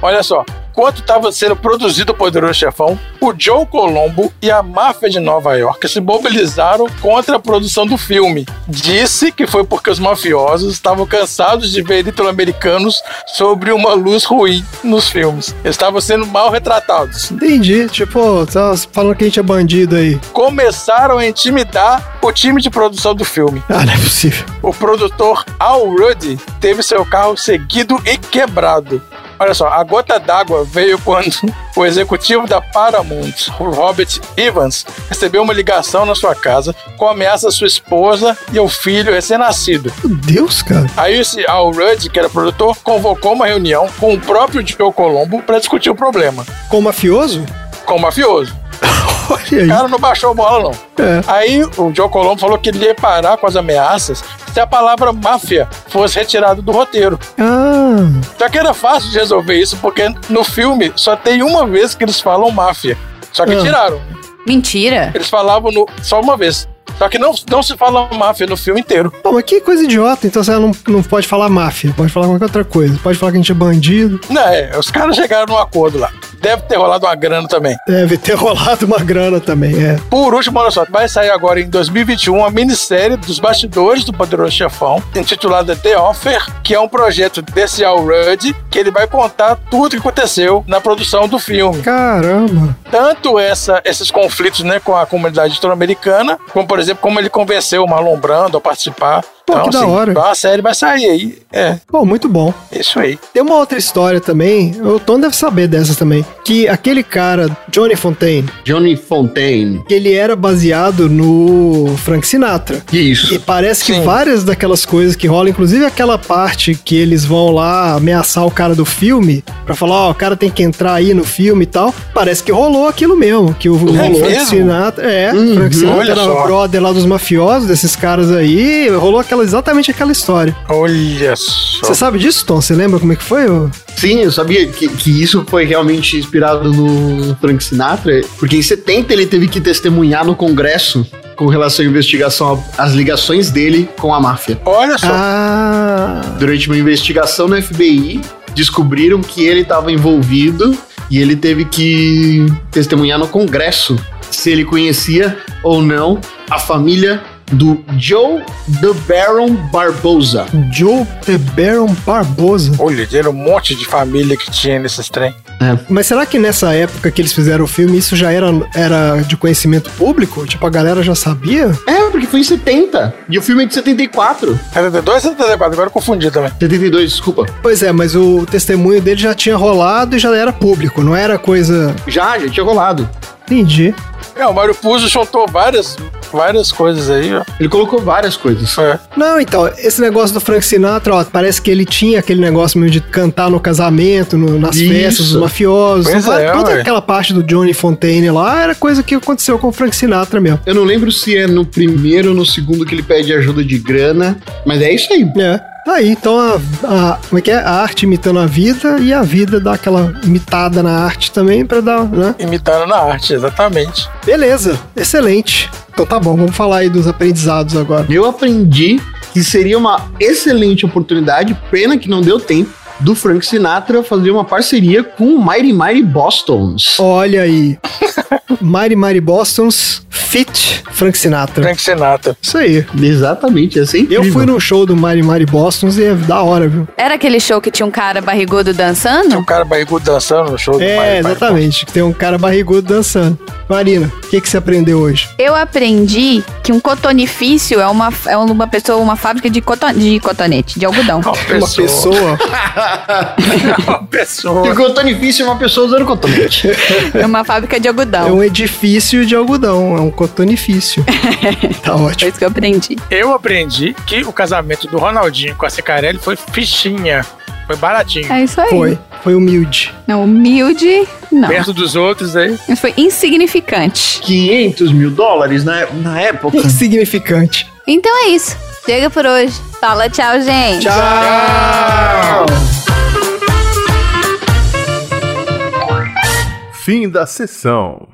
D: Olha só. Enquanto estava sendo produzido o Poderoso Chefão, o Joe Colombo e a máfia de Nova York se mobilizaram contra a produção do filme. Disse que foi porque os mafiosos estavam cansados de ver italo-americanos sobre uma luz ruim nos filmes. Eles estavam sendo mal retratados.
C: entendi. Tipo, ó, tá falando que a gente é bandido aí.
D: Começaram a intimidar o time de produção do filme.
C: Ah, não é possível.
D: O produtor Al Rudd teve seu carro seguido e quebrado. Olha só, a gota d'água veio quando o executivo da Paramount, o Robert Evans, recebeu uma ligação na sua casa com ameaça à sua esposa e ao filho recém-nascido.
C: Meu Deus, cara.
D: Aí esse Al Rudd, que era produtor, convocou uma reunião com o próprio Joe Colombo para discutir o problema
C: Com o mafioso?
D: com o mafioso.
C: Olha aí.
D: O cara não baixou a bola, não.
C: É.
D: Aí o Joe Colombo falou que ele ia parar com as ameaças se a palavra máfia fosse retirada do roteiro.
C: Ah,
D: Só que era fácil de resolver isso, porque no filme só tem uma vez que eles falam máfia. Só que
C: Ah.
D: tiraram.
E: Mentira.
D: Eles falavam no- só uma vez. Só que não, não se fala máfia no filme inteiro.
C: pô, mas que coisa idiota. Então você não, não pode falar máfia, pode falar qualquer outra coisa. Pode falar que a gente é bandido.
D: Não, é, os caras chegaram num acordo lá. Deve ter rolado uma grana também.
C: Deve ter rolado uma grana também, é.
D: Por último, olha só, vai sair agora em 2021 a minissérie dos bastidores do Poderoso Chefão, intitulada The Offer, que é um projeto desse Al Rudd, que ele vai contar tudo o que aconteceu na produção do filme.
C: Caramba.
D: Tanto essa- esses conflitos né, com a comunidade latino-americana, como, por exemplo, como ele convenceu o Marlon Brando a participar. Então,
C: Pô,
D: assim,
C: que da hora.
D: A série vai sair aí. É,
C: Pô, muito bom.
D: isso aí.
C: Tem uma outra história também, o Tom deve saber dessa também, que aquele cara, Johnny Fontaine,
B: Johnny Fontaine.
C: que ele era baseado no Frank Sinatra.
B: Que isso?
C: E parece que
D: Sim.
C: várias daquelas coisas que rolam, inclusive aquela parte que eles vão lá ameaçar o cara do filme, pra falar, ó, o cara tem que entrar aí no filme e tal, parece que rolou aquilo mesmo, que o Frank
D: mesmo? Uhum.
C: Sinatra, é, Frank Sinatra
D: olha
C: era
D: só.
C: o brother lá dos mafiosos, desses caras aí, rolou aquela, exatamente aquela história.
D: Olha só.
C: Você sabe disso, Tom? Você lembra como é que foi? ô?
B: Sim, eu sabia que, que isso foi realmente inspirado no Frank Sinatra, porque em 70 ele teve que testemunhar no Congresso com relação à investigação, às ligações dele com a máfia.
D: Olha só.
C: Ah...
B: Durante uma investigação no FBI, descobriram que ele estava envolvido e ele teve que testemunhar no Congresso se ele conhecia ou não a família do Joe The Baron Barbosa.
C: Joe The Baron Barbosa.
D: Olha, era um monte de família que tinha nesses trem.
C: Mas será que nessa época que eles fizeram o filme, isso já era, era de conhecimento público? Tipo, a galera já sabia?
B: É, porque foi em 70 e o filme é de 74.
D: 72 74, agora eu confundi também.
B: 72, desculpa.
C: Pois é, mas o testemunho dele já tinha rolado e já era público, não era coisa.
B: Já, já tinha rolado.
C: Entendi.
D: É, o Mário Puzo juntou várias, várias coisas aí, ó.
B: Ele colocou várias coisas.
D: É.
C: Não, então, esse negócio do Frank Sinatra, ó, parece que ele tinha aquele negócio meio de cantar no casamento, no- nas
B: Isso.
C: festas dos mafiosos.
D: Pois é,
C: toda
D: ué.
C: aquela parte do Johnny Fontaine lá era coisa que aconteceu com o Frank Sinatra mesmo.
B: Eu não lembro se é no primeiro ou no segundo que ele pede ajuda de grana, mas é isso aí.
C: É. Tá aí, então a, a- como é que é? A arte imitando a vida e a vida dá aquela imitada na arte também pra dar, né?
D: Imitando na arte, exatamente.
C: Beleza, excelente. Então tá bom, vamos falar aí dos aprendizados agora.
B: Eu aprendi que seria uma excelente oportunidade, pena que não deu tempo, do Frank Sinatra fazer uma parceria com o Mighty Mighty Bostons.
C: Olha aí. Mari Mari Bostons, Fit Frank Sinatra.
D: Frank Sinatra.
C: Isso aí.
B: Exatamente, é assim.
C: Eu fui num show do Mari Mari Bostons e é da hora, viu?
E: Era aquele show que tinha um cara barrigudo dançando?
D: Tinha um cara barrigudo dançando no show do
C: É,
D: Mario, Mario.
C: exatamente. que Tem um cara barrigudo dançando. Marina, o que, que você aprendeu hoje?
E: Eu aprendi que um cotonifício é uma, é uma pessoa, uma fábrica de, coton, de cotonete, de algodão.
D: Uma
C: Uma
D: pessoa.
C: pessoa.
D: Uma pessoa.
B: Ficou tão difícil uma pessoa usando cotonete.
E: É uma fábrica de algodão.
C: É um edifício de algodão, é um cotonifício. tá
E: Foi
C: ótimo.
E: É isso que eu aprendi.
D: Eu aprendi que o casamento do Ronaldinho com a Cicarelli foi fichinha. Foi baratinho.
E: É isso aí.
C: Foi, foi humilde.
E: Não, humilde, não.
D: Perto dos outros aí.
E: Mas foi insignificante.
B: 500 mil dólares na, na época.
C: Insignificante.
E: Então é isso. Chega por hoje. Fala tchau, gente.
F: Fim da sessão.